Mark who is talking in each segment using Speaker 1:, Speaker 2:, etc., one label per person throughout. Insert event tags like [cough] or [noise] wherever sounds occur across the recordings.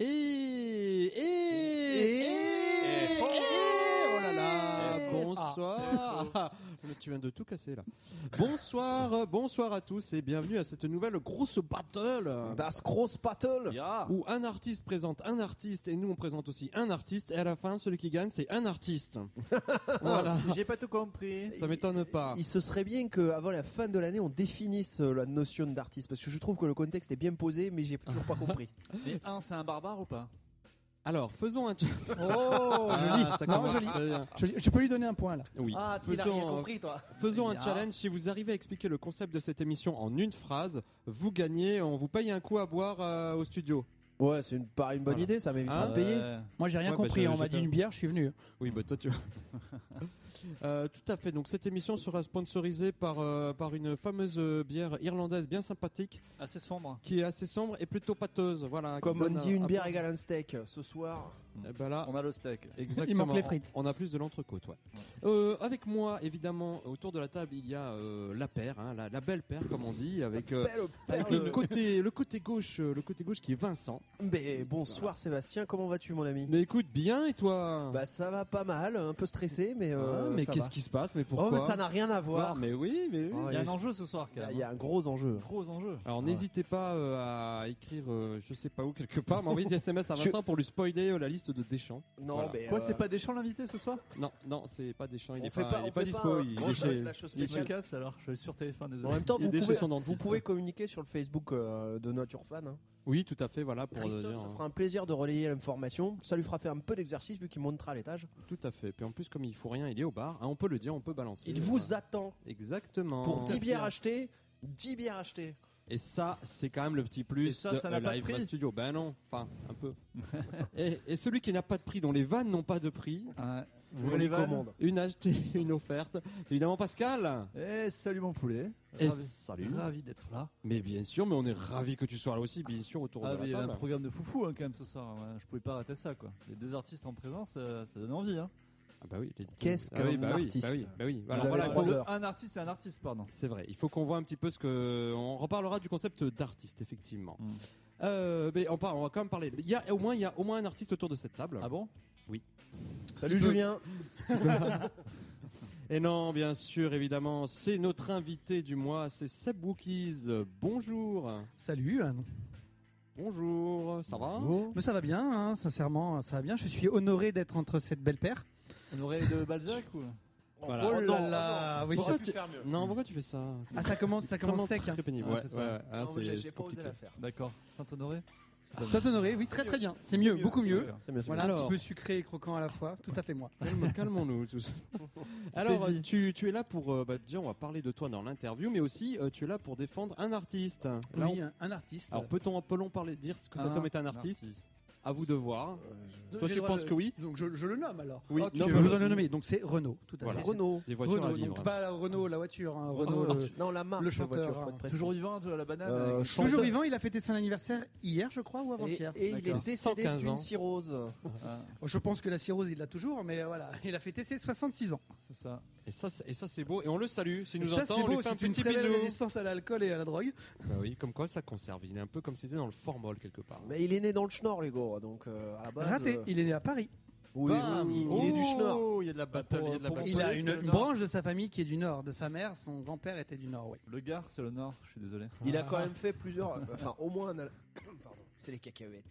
Speaker 1: oh
Speaker 2: Ah, le- [laughs] tu viens de tout casser là. Bonsoir, euh, bonsoir à tous et bienvenue à cette nouvelle grosse battle. euh,
Speaker 3: Das Gross Battle
Speaker 4: Ya
Speaker 2: Où un artiste présente un artiste et nous on présente aussi un artiste et à la fin celui qui gagne c'est un
Speaker 1: [laughs]
Speaker 2: artiste. voilà,
Speaker 4: J'ai pas tout compris.
Speaker 2: ça m'étonne pas.
Speaker 3: Il se serait bien qu'avant la fin de l'année, on définisse euh, la notion d'artiste parce que je trouve que le contexte est bien posé, mais j'ai toujours pas compris.
Speaker 4: Mais un, c'est un barbare ou pas
Speaker 2: Alors faisons un. [laughs] Ah,
Speaker 1: Oh, joli.
Speaker 2: ça
Speaker 1: Non,
Speaker 2: commence
Speaker 1: joli.
Speaker 2: très bien.
Speaker 1: Joli. Je peux lui donner un point là.
Speaker 2: Oui.
Speaker 3: Ah, tu n'as
Speaker 2: Faisons,
Speaker 3: rien
Speaker 2: euh,
Speaker 3: compris, toi
Speaker 2: Faisons un
Speaker 4: Bien.
Speaker 2: challenge. Si vous arrivez à expliquer le concept de cette émission en une phrase, vous gagnez. On vous paye un coup à boire euh, au studio.
Speaker 3: [laughs] Ouais, c'est une, pas une bonne
Speaker 2: Voilà.
Speaker 3: idée, ça m'évitera
Speaker 2: Hein
Speaker 3: de payer.
Speaker 4: Euh,
Speaker 1: Moi j'ai rien
Speaker 2: Ouais, bah,
Speaker 1: compris,
Speaker 2: je-
Speaker 1: on
Speaker 2: je
Speaker 1: m'a dit
Speaker 2: peux-
Speaker 1: une bière, je suis venu.
Speaker 2: Oui, bah toi tu. Euh, tout à fait. Donc cette émission sera sponsorisée par euh, par une fameuse euh, bière irlandaise bien sympathique
Speaker 4: Assez sombre.
Speaker 2: qui est assez sombre et plutôt pâteuse. Voilà. qui
Speaker 3: Comme on
Speaker 2: donne
Speaker 3: dit,
Speaker 2: un-
Speaker 3: une
Speaker 2: un
Speaker 3: bière
Speaker 2: bon-
Speaker 3: égale un steak. Ce soir,
Speaker 2: Eh ben là,
Speaker 4: On a le steak.
Speaker 2: [laughs] exactement.
Speaker 1: Il manque les frites.
Speaker 2: On on a plus de l'entrecôte, ouais. Euh, avec moi, évidemment, autour de la table, il y a euh, la paire, hein, la, la belle paire, comme on dit, avec euh,
Speaker 3: belle
Speaker 2: avec
Speaker 3: perle.
Speaker 2: le côté le côté gauche, euh, le côté gauche qui est Vincent.
Speaker 3: Mais bonsoir Sébastien, comment vas-tu mon ami
Speaker 2: Mais écoute, bien et toi
Speaker 3: Bah ça va pas mal, un peu stressé, mais, euh,
Speaker 2: Ah, Mais
Speaker 3: ça
Speaker 2: qu'est-ce
Speaker 3: va.
Speaker 2: qui se passe Mais pourquoi
Speaker 3: Oh mais ça n'a rien à voir.
Speaker 2: Ah, Mais oui, mais oui.
Speaker 3: Oh,
Speaker 4: Il y a un enjeu ce soir,
Speaker 3: Il y a-
Speaker 4: quand
Speaker 3: il y
Speaker 4: même. hein.
Speaker 3: a un gros enjeu.
Speaker 4: Gros enjeu.
Speaker 2: Alors n'hésitez pas euh, à écrire, euh, je sais pas où quelque part, mais envoyer des SMS à
Speaker 3: [laughs] Je-
Speaker 2: Vincent pour lui spoiler euh, la liste de Deschamps.
Speaker 3: Non
Speaker 2: Voilà.
Speaker 3: mais
Speaker 4: Quoi,
Speaker 3: euh,
Speaker 4: c'est pas Deschamps l'invité ce soir
Speaker 2: Non, non, c'est pas Deschamps, il
Speaker 3: on
Speaker 2: est
Speaker 3: fait
Speaker 2: pas, il est
Speaker 3: on
Speaker 2: pas
Speaker 3: fait
Speaker 2: dispo,
Speaker 3: un
Speaker 2: il
Speaker 3: gros
Speaker 2: est chez-
Speaker 3: flash
Speaker 2: il est
Speaker 4: Je
Speaker 2: chez-
Speaker 3: spécial.
Speaker 4: casse alors, je suis sur téléphone, désolé.
Speaker 3: En même temps,
Speaker 2: il est
Speaker 3: vous
Speaker 2: chez
Speaker 3: pouvez,
Speaker 2: son dentiste.
Speaker 3: vous pouvez communiquer sur le Facebook euh, de Nature Fan. hein.
Speaker 2: Oui, tout à fait, voilà pour
Speaker 3: Christophe,
Speaker 2: le dire,
Speaker 3: ça
Speaker 2: hein.
Speaker 3: fera un plaisir de relayer l'information. Ça lui fera faire un peu d'exercice vu qu'il montera à l'étage.
Speaker 2: euh, Tout à fait. Puis en plus, comme il faut rien, il est au bar. hein, on peut le dire, on peut balancer.
Speaker 3: Il
Speaker 2: Euh,
Speaker 3: vous attend
Speaker 2: Exactement.
Speaker 3: pour 10 bières achetées. 10 bières achetées.
Speaker 2: Et ça, c'est quand même le petit plus
Speaker 4: Et ça,
Speaker 2: de
Speaker 4: ça
Speaker 2: euh,
Speaker 4: n'a pas de
Speaker 2: Live
Speaker 4: prix.
Speaker 2: Studio. Ben non, enfin un
Speaker 4: [laughs]
Speaker 2: peu. et, et celui qui n'a pas de prix, dont les vannes n'ont pas de prix,
Speaker 4: Ah,
Speaker 3: Vous
Speaker 4: voulez
Speaker 3: les
Speaker 4: les vannes
Speaker 3: commande.
Speaker 2: une achetée, [laughs] une offerte. C'est Évidemment, Pascal.
Speaker 4: Eh, salut mon poulet.
Speaker 2: Et
Speaker 4: Ravi-
Speaker 2: salut.
Speaker 4: Ravi d'être là.
Speaker 2: Mais bien sûr, mais on est ravi que tu sois là aussi, bien sûr, autour
Speaker 4: Ah,
Speaker 2: de
Speaker 4: mais
Speaker 2: la
Speaker 4: il y a
Speaker 2: table.
Speaker 4: un programme de foufou hein, quand même ce soir. ouais. Je pouvais pas rater ça, quoi. Les deux artistes en présence, euh, ça donne envie. Hein.
Speaker 2: Ah bah oui. les-
Speaker 3: Qu'est-ce
Speaker 2: Ah oui,
Speaker 3: qu'un
Speaker 2: bah oui,
Speaker 3: artiste
Speaker 2: Bah oui, bah oui. Voilà,
Speaker 3: avez
Speaker 2: voilà,
Speaker 3: trois
Speaker 2: faut-
Speaker 3: heures.
Speaker 4: Un artiste et un artiste, pardon.
Speaker 2: C'est vrai. Il faut qu'on voit un petit peu ce que. On reparlera du concept d'artiste, effectivement.
Speaker 4: Mm.
Speaker 2: Euh, mais on, par- on va quand même parler. Il y a au moins, il y a au moins un artiste autour de cette table.
Speaker 4: Ah bon
Speaker 3: Salut
Speaker 2: peu.
Speaker 3: Julien.
Speaker 2: Et non, bien sûr, évidemment, c'est notre invité du mois, c'est Seb Wookies. Bonjour.
Speaker 1: Salut. hein.
Speaker 2: Bonjour. Ça va
Speaker 1: Mais ça va bien, hein, sincèrement, ça va bien. Je suis honoré d'être entre cette belle paire.
Speaker 4: On aurait de Balzac ou
Speaker 2: Voilà.
Speaker 3: Oh là
Speaker 1: là, oui,
Speaker 3: Pourquoi
Speaker 2: ça-
Speaker 3: tu faire mieux
Speaker 2: Non, pourquoi tu fais ça C'est-
Speaker 1: Ah, ça commence, ça
Speaker 2: c'est vraiment
Speaker 1: commence sec.
Speaker 2: Très,
Speaker 1: hein.
Speaker 2: pénible.
Speaker 4: Ah,
Speaker 2: Ouais,
Speaker 4: c'est ça.
Speaker 2: ouais, ouais. Ah,
Speaker 3: Non, mais j'ai-
Speaker 2: c'est-
Speaker 3: J'ai
Speaker 2: c'est
Speaker 3: pas osé
Speaker 2: compliqué.
Speaker 3: la faire.
Speaker 4: D'accord. Saint-Honoré
Speaker 2: Ah,
Speaker 1: Ah,
Speaker 2: bah,
Speaker 1: Saint-Honoré, oui, très très bien. C'est mieux, beaucoup
Speaker 4: c'est
Speaker 1: mieux.
Speaker 4: mieux. hein.
Speaker 3: C'est mieux. c'est
Speaker 1: Voilà,
Speaker 2: Alors.
Speaker 1: un petit peu sucré et croquant à la fois. Tout à fait moi. [laughs]
Speaker 2: Calme- Calmons-nous tous. Alors,
Speaker 1: Teddy.
Speaker 2: euh, tu, tu es là pour. euh, bah, déjà, on va parler de toi dans l'interview, mais aussi, euh, tu es là pour défendre un artiste. Là,
Speaker 1: Oui,
Speaker 2: on-
Speaker 1: un, un artiste.
Speaker 3: Euh,
Speaker 2: Alors, peut-on peut parler, dire ce que cet
Speaker 1: Un
Speaker 2: homme est un artiste À vous de voir.
Speaker 1: Euh,
Speaker 2: toi,
Speaker 1: j'ai
Speaker 2: tu
Speaker 1: le
Speaker 2: penses
Speaker 1: droit de-
Speaker 2: que oui
Speaker 1: Donc je, je le nomme alors.
Speaker 2: Oui,
Speaker 1: Ah, tu
Speaker 2: non,
Speaker 1: veux-
Speaker 2: mais-
Speaker 1: je dois le nommer. Donc c'est Renault, tout à
Speaker 2: Voilà.
Speaker 1: fait.
Speaker 3: mieux. Renault. Oh,
Speaker 2: Des voitures à
Speaker 1: Renault,
Speaker 2: vivre.
Speaker 1: donc pas la Renault, la voiture. hein, Renault, le-
Speaker 3: Non, la marque
Speaker 1: le
Speaker 3: de voiture, faut
Speaker 1: chanteur,
Speaker 3: être
Speaker 1: hein.
Speaker 3: précis.
Speaker 4: Toujours vivant, de la banane.
Speaker 3: Euh,
Speaker 4: avec-
Speaker 3: chanteur.
Speaker 1: Toujours vivant, il a fêté son anniversaire hier, je crois, ou
Speaker 3: Et,
Speaker 1: avant-hier.
Speaker 3: et il est
Speaker 2: D'accord.
Speaker 3: décédé
Speaker 2: 115 ans.
Speaker 3: d'une cirrhose.
Speaker 4: Ah,
Speaker 1: Je pense que la cirrhose, il l'a toujours, mais voilà, il a fêté ses 66 ans.
Speaker 4: c'est ça.
Speaker 2: Et ça, c'est- et ça c'est beau. Et on le salue. S'il
Speaker 1: Et
Speaker 2: nous
Speaker 1: ça,
Speaker 2: entend,
Speaker 1: c'est
Speaker 2: on lui
Speaker 1: beau,
Speaker 2: fait un
Speaker 1: c'est une
Speaker 2: petit
Speaker 1: très belle
Speaker 2: bisou.
Speaker 1: résistance à l'alcool et à la drogue.
Speaker 2: Bah oui, comme quoi ça conserve. Il est un peu comme c'était dans le formol quelque part.
Speaker 3: Mais il est né dans le Schnorr, les gars. Donc, euh, à la base.
Speaker 1: Raté,
Speaker 3: euh,
Speaker 1: il est né à Paris.
Speaker 3: oui,
Speaker 2: Bam
Speaker 3: oui, il est du Schnorr.
Speaker 2: Bah, Oh, Il y a de la battle.
Speaker 4: Pour-
Speaker 2: il y a de la
Speaker 4: pour-
Speaker 2: battle.
Speaker 1: Il a
Speaker 4: c'est
Speaker 1: une,
Speaker 4: le
Speaker 1: une
Speaker 4: Nord.
Speaker 1: branche de sa famille qui est du Nord, de sa mère, son grand-père était du Nord, oui.
Speaker 4: Le Gard, c'est le Nord, je suis désolé.
Speaker 3: Il a
Speaker 2: Ah.
Speaker 3: quand même fait plusieurs. Enfin, au moins un.
Speaker 1: [coughs]
Speaker 3: al- Pardon. C'est les cacahuètes.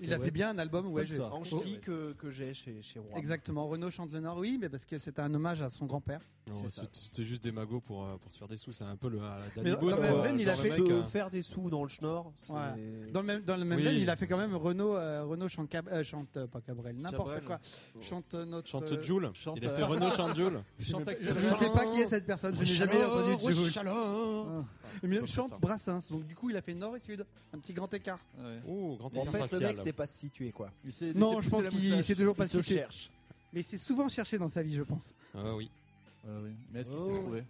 Speaker 1: Il a fait bien un album, ouais, j'ai-
Speaker 4: Sponsor.
Speaker 3: En ch'ti que, que j'ai chez, chez Roi.
Speaker 1: Exactement, Renaud chante le Nord, oui, mais parce que c'était un hommage à son grand-père.
Speaker 2: Non,
Speaker 3: C'est
Speaker 2: c'est-
Speaker 3: ça.
Speaker 2: C'était juste des magots pour, euh, pour se faire des sous. C'est un peu le. euh, la
Speaker 1: Mais
Speaker 2: Danny Boone,
Speaker 1: quand même,
Speaker 2: quoi,
Speaker 1: Ren, il
Speaker 2: genre
Speaker 1: a
Speaker 2: le
Speaker 1: fait-
Speaker 2: mec,
Speaker 3: Se
Speaker 2: euh,
Speaker 3: faire des sous dans le Schnorr. c'est-
Speaker 1: Ouais. Dans le même, dans le même
Speaker 2: Oui.
Speaker 1: veine, il a fait quand même Renaud, euh, Renaud chante, Cab- euh, chante euh, pas Cabrel, n'importe
Speaker 4: Cabrel.
Speaker 1: quoi. Chante euh, notre.
Speaker 2: Chante
Speaker 1: euh,
Speaker 2: Jules.
Speaker 4: chante,
Speaker 2: Il a
Speaker 4: euh,
Speaker 2: fait Renault chante
Speaker 1: [laughs]
Speaker 2: Jules.
Speaker 1: je sais
Speaker 4: Chante
Speaker 1: pas-
Speaker 4: Axel
Speaker 1: je ne sais
Speaker 4: Rose.
Speaker 1: pas qui est cette personne, je n'ai jamais entendu de ce- Mais
Speaker 2: pas
Speaker 1: chante
Speaker 2: ça.
Speaker 1: Brassens, donc du coup il a fait Nord et Sud, un petit grand écart.
Speaker 4: Ah ouais.
Speaker 2: Oh, grand
Speaker 3: En
Speaker 2: écart
Speaker 3: fait, le
Speaker 2: facial.
Speaker 3: mec sait pas se situer, quoi.
Speaker 4: Il s'est- il s'est
Speaker 1: Non, je
Speaker 4: poussé
Speaker 1: pense
Speaker 4: la
Speaker 1: qu'il
Speaker 4: moustache.
Speaker 1: s'est toujours pas
Speaker 3: Il se
Speaker 1: situé.
Speaker 3: cherche.
Speaker 1: Mais il s'est souvent cherché dans sa vie, je pense.
Speaker 2: Ah oui.
Speaker 4: Ah oui. Mais est-ce qu'il
Speaker 3: Oh.
Speaker 4: s'est trouvé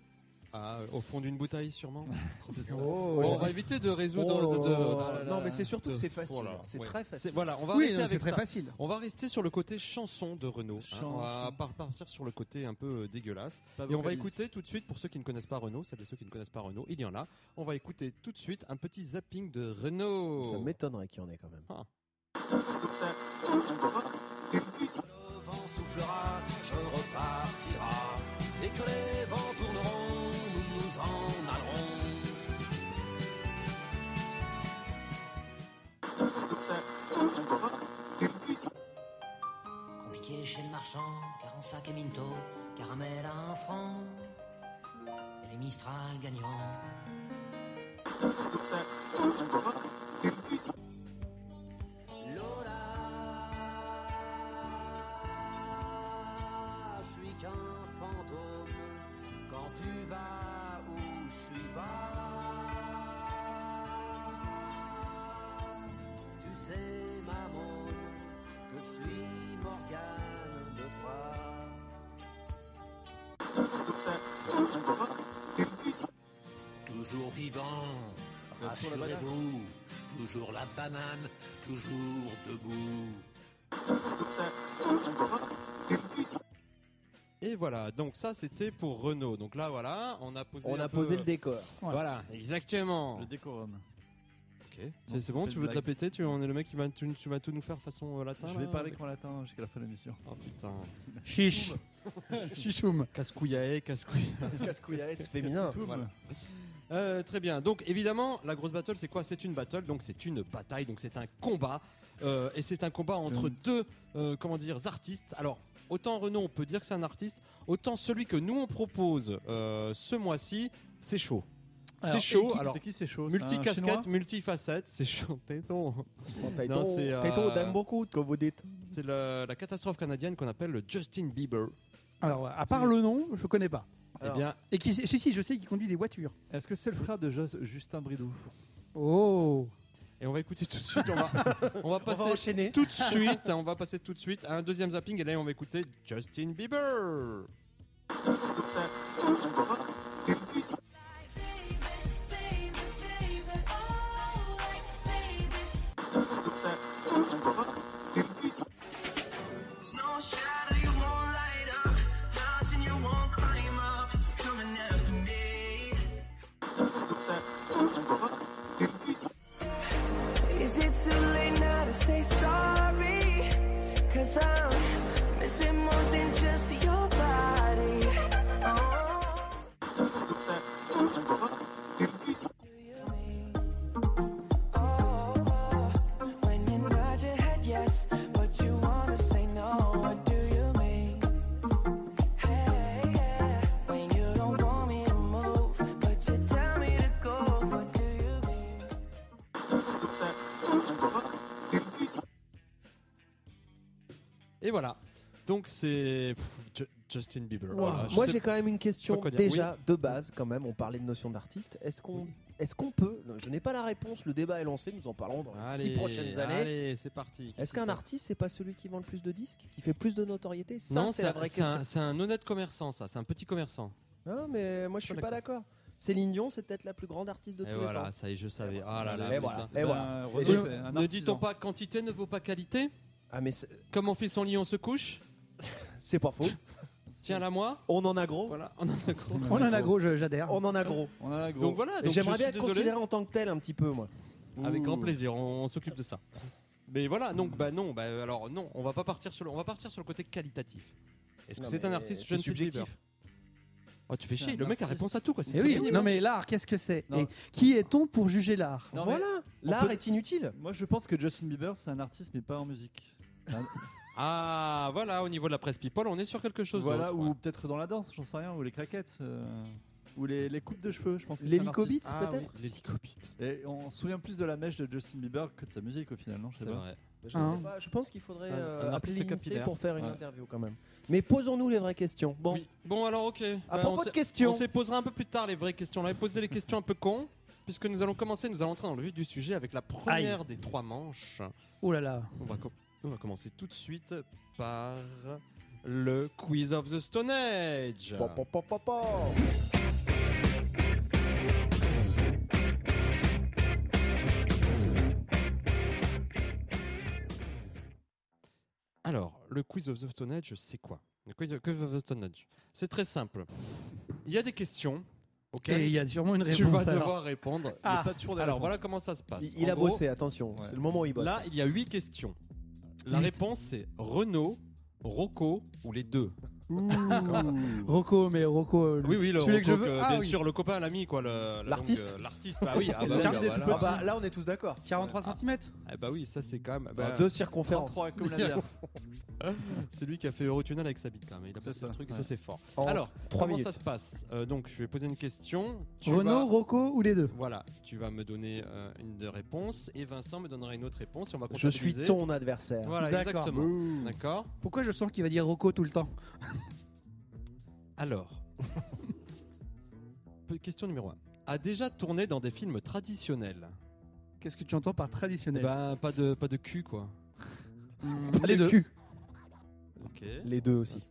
Speaker 2: Ah, au fond d'une bouteille, sûrement.
Speaker 1: Oh,
Speaker 2: on va éviter de résoudre.
Speaker 3: Oh
Speaker 2: de-
Speaker 3: là
Speaker 2: de-
Speaker 3: là.
Speaker 2: de-
Speaker 4: de-
Speaker 3: non, mais c'est surtout
Speaker 2: de-
Speaker 3: que c'est facile.
Speaker 2: Oh là là,
Speaker 3: c'est
Speaker 2: ouais.
Speaker 3: très
Speaker 2: C'est-
Speaker 3: facile.
Speaker 2: Voilà, on va
Speaker 1: oui,
Speaker 2: arrêter
Speaker 1: non, c'est
Speaker 2: avec
Speaker 1: très
Speaker 2: ça.
Speaker 1: facile.
Speaker 2: On va rester sur le côté chanson de Renaud. hein. On va
Speaker 4: Chanson.
Speaker 2: par- partir sur le côté un peu euh, dégueulasse.
Speaker 4: Pas
Speaker 2: Et on va
Speaker 4: vocaliste.
Speaker 2: écouter tout de suite, pour ceux qui ne connaissent pas Renault, celles et ceux qui ne connaissent pas Renault, il y en a. On va écouter tout de suite un petit zapping de Renault.
Speaker 3: Ça m'étonnerait qu'il y en ait quand même.
Speaker 5: Le vent soufflera, je repartira. Et que les vents tourneront, nous nous en allerons.
Speaker 6: Compliqué chez le marchand, car en sac et minto, caramel à un franc, et les Mistral gagnants.
Speaker 5: Lola, je suis qu'un fantôme quand tu vas où je suis pas. Tu sais, maman, que je suis Morgane de Troyes.
Speaker 6: Toujours vivant, rassurez-vous, toujours la banane, toujours debout.
Speaker 2: Et voilà, donc ça c'était pour Renault. Donc là voilà, on a posé.
Speaker 3: On
Speaker 2: un
Speaker 3: a
Speaker 2: peu-
Speaker 3: posé
Speaker 1: [laughs]
Speaker 3: le décor.
Speaker 2: Voilà, exactement.
Speaker 4: Le décorum.
Speaker 2: C'est c'est bon,
Speaker 4: c'est
Speaker 2: tu
Speaker 4: une
Speaker 2: veux te la
Speaker 4: blague.
Speaker 2: péter tu, On est le mec qui va, tu, tu vas tout nous faire façon euh, latin
Speaker 4: Je
Speaker 2: là,
Speaker 4: vais parler
Speaker 2: avec-
Speaker 4: qu'en latin jusqu'à la fin de l'émission.
Speaker 2: Oh putain.
Speaker 1: Chiche. [laughs] Chichoum.
Speaker 2: Cascouillae, cascouille.
Speaker 3: Cascouillaès féminin.
Speaker 4: Toum.
Speaker 2: voilà. Euh, très bien. Donc évidemment, la grosse battle, c'est quoi C'est une battle, donc c'est une bataille, donc c'est un combat. Euh, et c'est un combat entre
Speaker 4: Dun.
Speaker 2: deux, euh, comment dire, artistes. Alors, autant Renaud, on peut dire que c'est un artiste, autant celui que nous on propose euh, ce mois-ci, c'est chaud. C'est
Speaker 4: Alors,
Speaker 2: chaud.
Speaker 4: et qui-
Speaker 2: alors,
Speaker 4: c'est qui c'est chaud c'est un
Speaker 2: multicasquette,
Speaker 4: Chinois
Speaker 2: multifacette, c'est chaud. Téton.
Speaker 3: Oh,
Speaker 2: Non,
Speaker 3: Taito,
Speaker 2: c'est, euh,
Speaker 3: Taito, on aime beaucoup comme vous dites.
Speaker 2: C'est le- la catastrophe canadienne qu'on appelle le Justin Bieber.
Speaker 1: Alors, à part le nom, je connais pas.
Speaker 2: eh bien,
Speaker 1: Et qui, si, si, je sais qu'il conduit des voitures.
Speaker 4: Est-ce que c'est le frère de Jo- Justin Bridou
Speaker 1: Oh.
Speaker 2: et on va écouter tout de suite. On va, on va
Speaker 3: On
Speaker 2: passer
Speaker 3: va enchaîner.
Speaker 2: tout de suite. hein, on va passer tout de suite à un deuxième zapping. Et là, on va écouter Justin Bieber.
Speaker 5: There's no shadow you won't light up, mountain you won't climb up, coming after me. Is it too late now to say sorry? Cause I'm missing more than just your body. Oh. Do you mean? Oh, oh, when you nod your head yes, but you wanna say no. What do you mean? Hey, yeah. When you don't want me to move, but you tell me to go. What do you mean?
Speaker 2: Et voilà. Donc, c'est pff, Ju- Justin Bieber. Voilà, je
Speaker 3: Moi
Speaker 2: sais-
Speaker 3: j'ai quand même une question
Speaker 2: Faut qu'on dise-
Speaker 3: déjà de base quand même. On parlait de notion d'artiste. Est-ce qu'on est-ce qu'on peut Je n'ai pas la réponse. Le débat est lancé. Nous en parlerons dans les
Speaker 2: Allez,
Speaker 3: six prochaines années.
Speaker 2: Allez, c'est parti.
Speaker 3: Est-ce qu'un artiste c'est pas celui qui vend le plus de disques, qui fait plus de notoriété Ça
Speaker 2: Non,
Speaker 3: c'est la vraie
Speaker 2: un-
Speaker 3: question.
Speaker 2: C'est un honnête commerçant, ça. C'est un petit commerçant.
Speaker 3: Non mais moi je suis
Speaker 2: Pas
Speaker 3: pas d'accord. Céline Dion c'est peut-être la plus grande artiste de
Speaker 2: Et
Speaker 3: tous les
Speaker 2: voilà,
Speaker 3: temps.
Speaker 2: ça y est, je savais. Ah là là,
Speaker 3: Et
Speaker 2: mais
Speaker 3: voilà.
Speaker 2: putain.
Speaker 3: Et
Speaker 4: Ben,
Speaker 3: voilà.
Speaker 4: Renaud,
Speaker 3: je-
Speaker 4: c'est un
Speaker 2: Ne dit-on
Speaker 4: artisan.
Speaker 2: pas quantité ne vaut pas qualité
Speaker 3: Ah mais c'est-
Speaker 2: Comme on fait son lit, on se couche
Speaker 3: c'est pas faux.
Speaker 2: Tiens-la moi.
Speaker 3: On en a gros.
Speaker 2: Voilà, [laughs] on en a gros.
Speaker 1: On en a gros, je- j'adhère.
Speaker 2: Oh,
Speaker 3: On en a gros.
Speaker 4: On en a gros.
Speaker 2: Donc voilà,
Speaker 3: Et
Speaker 2: Ah, donc
Speaker 3: J'aimerais
Speaker 2: je suis
Speaker 3: bien être
Speaker 2: désolé.
Speaker 3: considéré en tant que tel un petit peu moi.
Speaker 2: Avec grand
Speaker 4: Ouh.
Speaker 2: plaisir, on, on s'occupe de ça. Mais voilà, donc bah non, bah alors non, on va pas partir sur le, on va partir sur le côté qualitatif. Est-ce que
Speaker 3: Non,
Speaker 2: c'est
Speaker 3: mais
Speaker 2: un artiste
Speaker 3: c'est
Speaker 2: Justin Bieber
Speaker 3: subjectif.
Speaker 2: Oh, tu fais
Speaker 4: C'est
Speaker 2: chier,
Speaker 4: un
Speaker 2: le mec a
Speaker 4: artiste.
Speaker 2: réponse à tout quoi. c'est
Speaker 1: Eh
Speaker 2: très
Speaker 1: oui,
Speaker 2: bien.
Speaker 1: non mais l'art, qu'est-ce que c'est
Speaker 4: Non.
Speaker 1: Et qui est-on pour juger l'art
Speaker 4: Non, mais
Speaker 3: Voilà.
Speaker 4: on
Speaker 3: L'art
Speaker 4: peut-
Speaker 3: est inutile.
Speaker 4: Moi, je pense que Justin Bieber, c'est un artiste, mais pas en musique.
Speaker 2: Ah voilà, au niveau de la presse people, on est sur quelque chose.
Speaker 4: Voilà,
Speaker 2: d'autre,
Speaker 4: ou
Speaker 2: ouais.
Speaker 4: peut-être dans la danse, j'en sais rien, ou les claquettes, euh, ou les, les coupes de cheveux, je pense que c'est un
Speaker 3: L'hélicobite
Speaker 2: Ah oui,
Speaker 3: peut-être.
Speaker 2: l'hélicoptère,
Speaker 4: artiste. Et on se souvient plus de la mèche de Justin Bieber que de sa musique au final, non Je sais
Speaker 2: c'est
Speaker 4: pas.
Speaker 2: vrai.
Speaker 3: Je,
Speaker 1: Hein.
Speaker 3: sais pas, je pense qu'il faudrait
Speaker 2: Un-
Speaker 3: euh,
Speaker 2: un artiste
Speaker 3: appeler l'INSEE
Speaker 2: capillaire.
Speaker 3: pour faire une
Speaker 4: Ouais.
Speaker 3: interview quand même. Mais posons-nous les vraies questions. Bon,
Speaker 2: Oui. Bon alors ok.
Speaker 3: à
Speaker 2: Bah, on
Speaker 3: propos de
Speaker 2: s'est-
Speaker 3: questions,
Speaker 2: On s'y posera un peu plus tard les vraies questions. On avait posé les questions un peu cons, puisque nous allons commencer, nous allons entrer dans le vif du sujet avec la première des trois manches.
Speaker 1: Oh là là.
Speaker 2: On va, com- on va commencer tout de suite par le quiz of the Stone Age.
Speaker 3: Pa, pa, pa, pa, pa.
Speaker 2: Alors, le quiz of the Stone Age, c'est quoi Le quiz quiz of the Stone Age. C'est très simple. Il y a des questions
Speaker 1: Et il
Speaker 2: auxquelles
Speaker 1: y a sûrement une réponse.
Speaker 2: tu vas
Speaker 1: alors.
Speaker 2: devoir répondre.
Speaker 4: Il y a
Speaker 1: Ah.
Speaker 4: pas toujours des
Speaker 2: Alors
Speaker 4: réponses.
Speaker 2: voilà comment ça se passe.
Speaker 3: Il, il
Speaker 2: En
Speaker 3: a
Speaker 2: gros,
Speaker 3: bossé, attention.
Speaker 4: Ouais.
Speaker 3: C'est le moment où il bosse. Ah
Speaker 2: Là, il y a huit questions. La
Speaker 1: Huit.
Speaker 2: réponse c'est Renault, Rocco ou les deux.
Speaker 1: Rocco, mais Rocco. euh,
Speaker 2: Oui, oui, le
Speaker 1: celui que je
Speaker 2: Rocco,
Speaker 1: veux.
Speaker 2: que,
Speaker 1: Ah
Speaker 2: bien
Speaker 1: oui.
Speaker 2: sûr, le copain, l'ami, quoi. le- la
Speaker 3: L'artiste.
Speaker 2: langue, euh, L'artiste, bah
Speaker 3: [laughs]
Speaker 2: oui. Ah bah,
Speaker 1: L'artiste
Speaker 2: oui, bah
Speaker 1: des
Speaker 2: voilà.
Speaker 1: petits.
Speaker 3: Ah bah, là, on est tous d'accord.
Speaker 1: 43 cm.
Speaker 2: Ah bah oui, ça c'est quand même. bah,
Speaker 3: Dans deux circonférences.
Speaker 4: 33 comme la bière.
Speaker 2: [laughs] c'est lui qui a fait Eurotunnel avec sa bite quand même. Il a
Speaker 4: C'est
Speaker 2: passé un
Speaker 4: ça,
Speaker 2: truc,
Speaker 4: ouais.
Speaker 2: ça c'est fort.
Speaker 3: En
Speaker 2: Alors,
Speaker 3: trois
Speaker 2: comment
Speaker 3: minutes.
Speaker 2: ça se passe Euh, Donc, je vais poser une question. Tu
Speaker 1: Renault,
Speaker 2: vas-
Speaker 1: Rocco ou les deux
Speaker 2: Voilà, tu vas me donner euh, une réponse et Vincent me donnera une autre réponse et on va
Speaker 3: Je suis
Speaker 2: comptabiliser.
Speaker 3: ton adversaire.
Speaker 2: Voilà,
Speaker 1: D'accord.
Speaker 2: exactement. D'accord.
Speaker 1: Pourquoi je sens qu'il va dire Rocco tout le temps [laughs]
Speaker 2: Alors, Pe- question numéro 1. A déjà tourné dans des films traditionnels
Speaker 1: Qu'est-ce que tu entends par
Speaker 2: Eh
Speaker 1: traditionnel
Speaker 2: ben, pas de, pas de cul, quoi.
Speaker 1: Hmm,
Speaker 3: Pas de cul.
Speaker 2: Ok.
Speaker 3: Les deux aussi.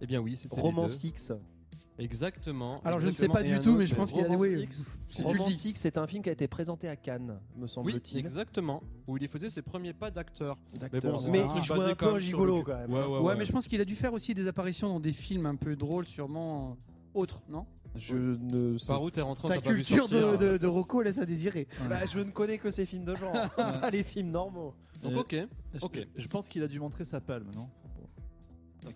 Speaker 2: Eh bien, oui, c'était. les
Speaker 3: Romance
Speaker 2: deux.
Speaker 3: X.
Speaker 2: Exactement.
Speaker 1: Alors, je ne sais
Speaker 2: exactement.
Speaker 1: pas
Speaker 2: Et
Speaker 1: du
Speaker 2: un
Speaker 1: tout,
Speaker 2: autre,
Speaker 1: mais je pense qu'il a.
Speaker 2: Romance
Speaker 1: oui,
Speaker 2: X.
Speaker 1: si tu le dis.
Speaker 3: Romance X, c'est un film qui a été présenté à Cannes, me
Speaker 2: Oui,
Speaker 3: semble-t-il.
Speaker 2: exactement. Où il faisait ses premiers pas d'acteur. Mais
Speaker 3: D'acteur.
Speaker 2: bon, c'est
Speaker 3: Mais
Speaker 2: un
Speaker 3: il
Speaker 2: truc
Speaker 3: jouait
Speaker 2: basé
Speaker 3: un
Speaker 2: quand
Speaker 3: peu un
Speaker 2: même sur le
Speaker 3: gigolo
Speaker 2: cul.
Speaker 3: quand même.
Speaker 2: Ouais, ouais,
Speaker 1: Ouais,
Speaker 2: ouais.
Speaker 1: mais je pense qu'il a dû faire aussi des apparitions dans des films un peu drôles, sûrement euh, autres, non
Speaker 3: Je ne sais
Speaker 2: Par où t'es rentré,
Speaker 1: Ta
Speaker 2: t'as pas vu
Speaker 1: culture de,
Speaker 2: sortir.
Speaker 1: de, de Rocco laisse à désirer.
Speaker 3: Bah, je ne connais que ces films de genre, pas les films normaux.
Speaker 2: Donc, ok.
Speaker 4: Je-
Speaker 2: Euh, Ok.
Speaker 4: Je pense qu'il a dû montrer sa palme, non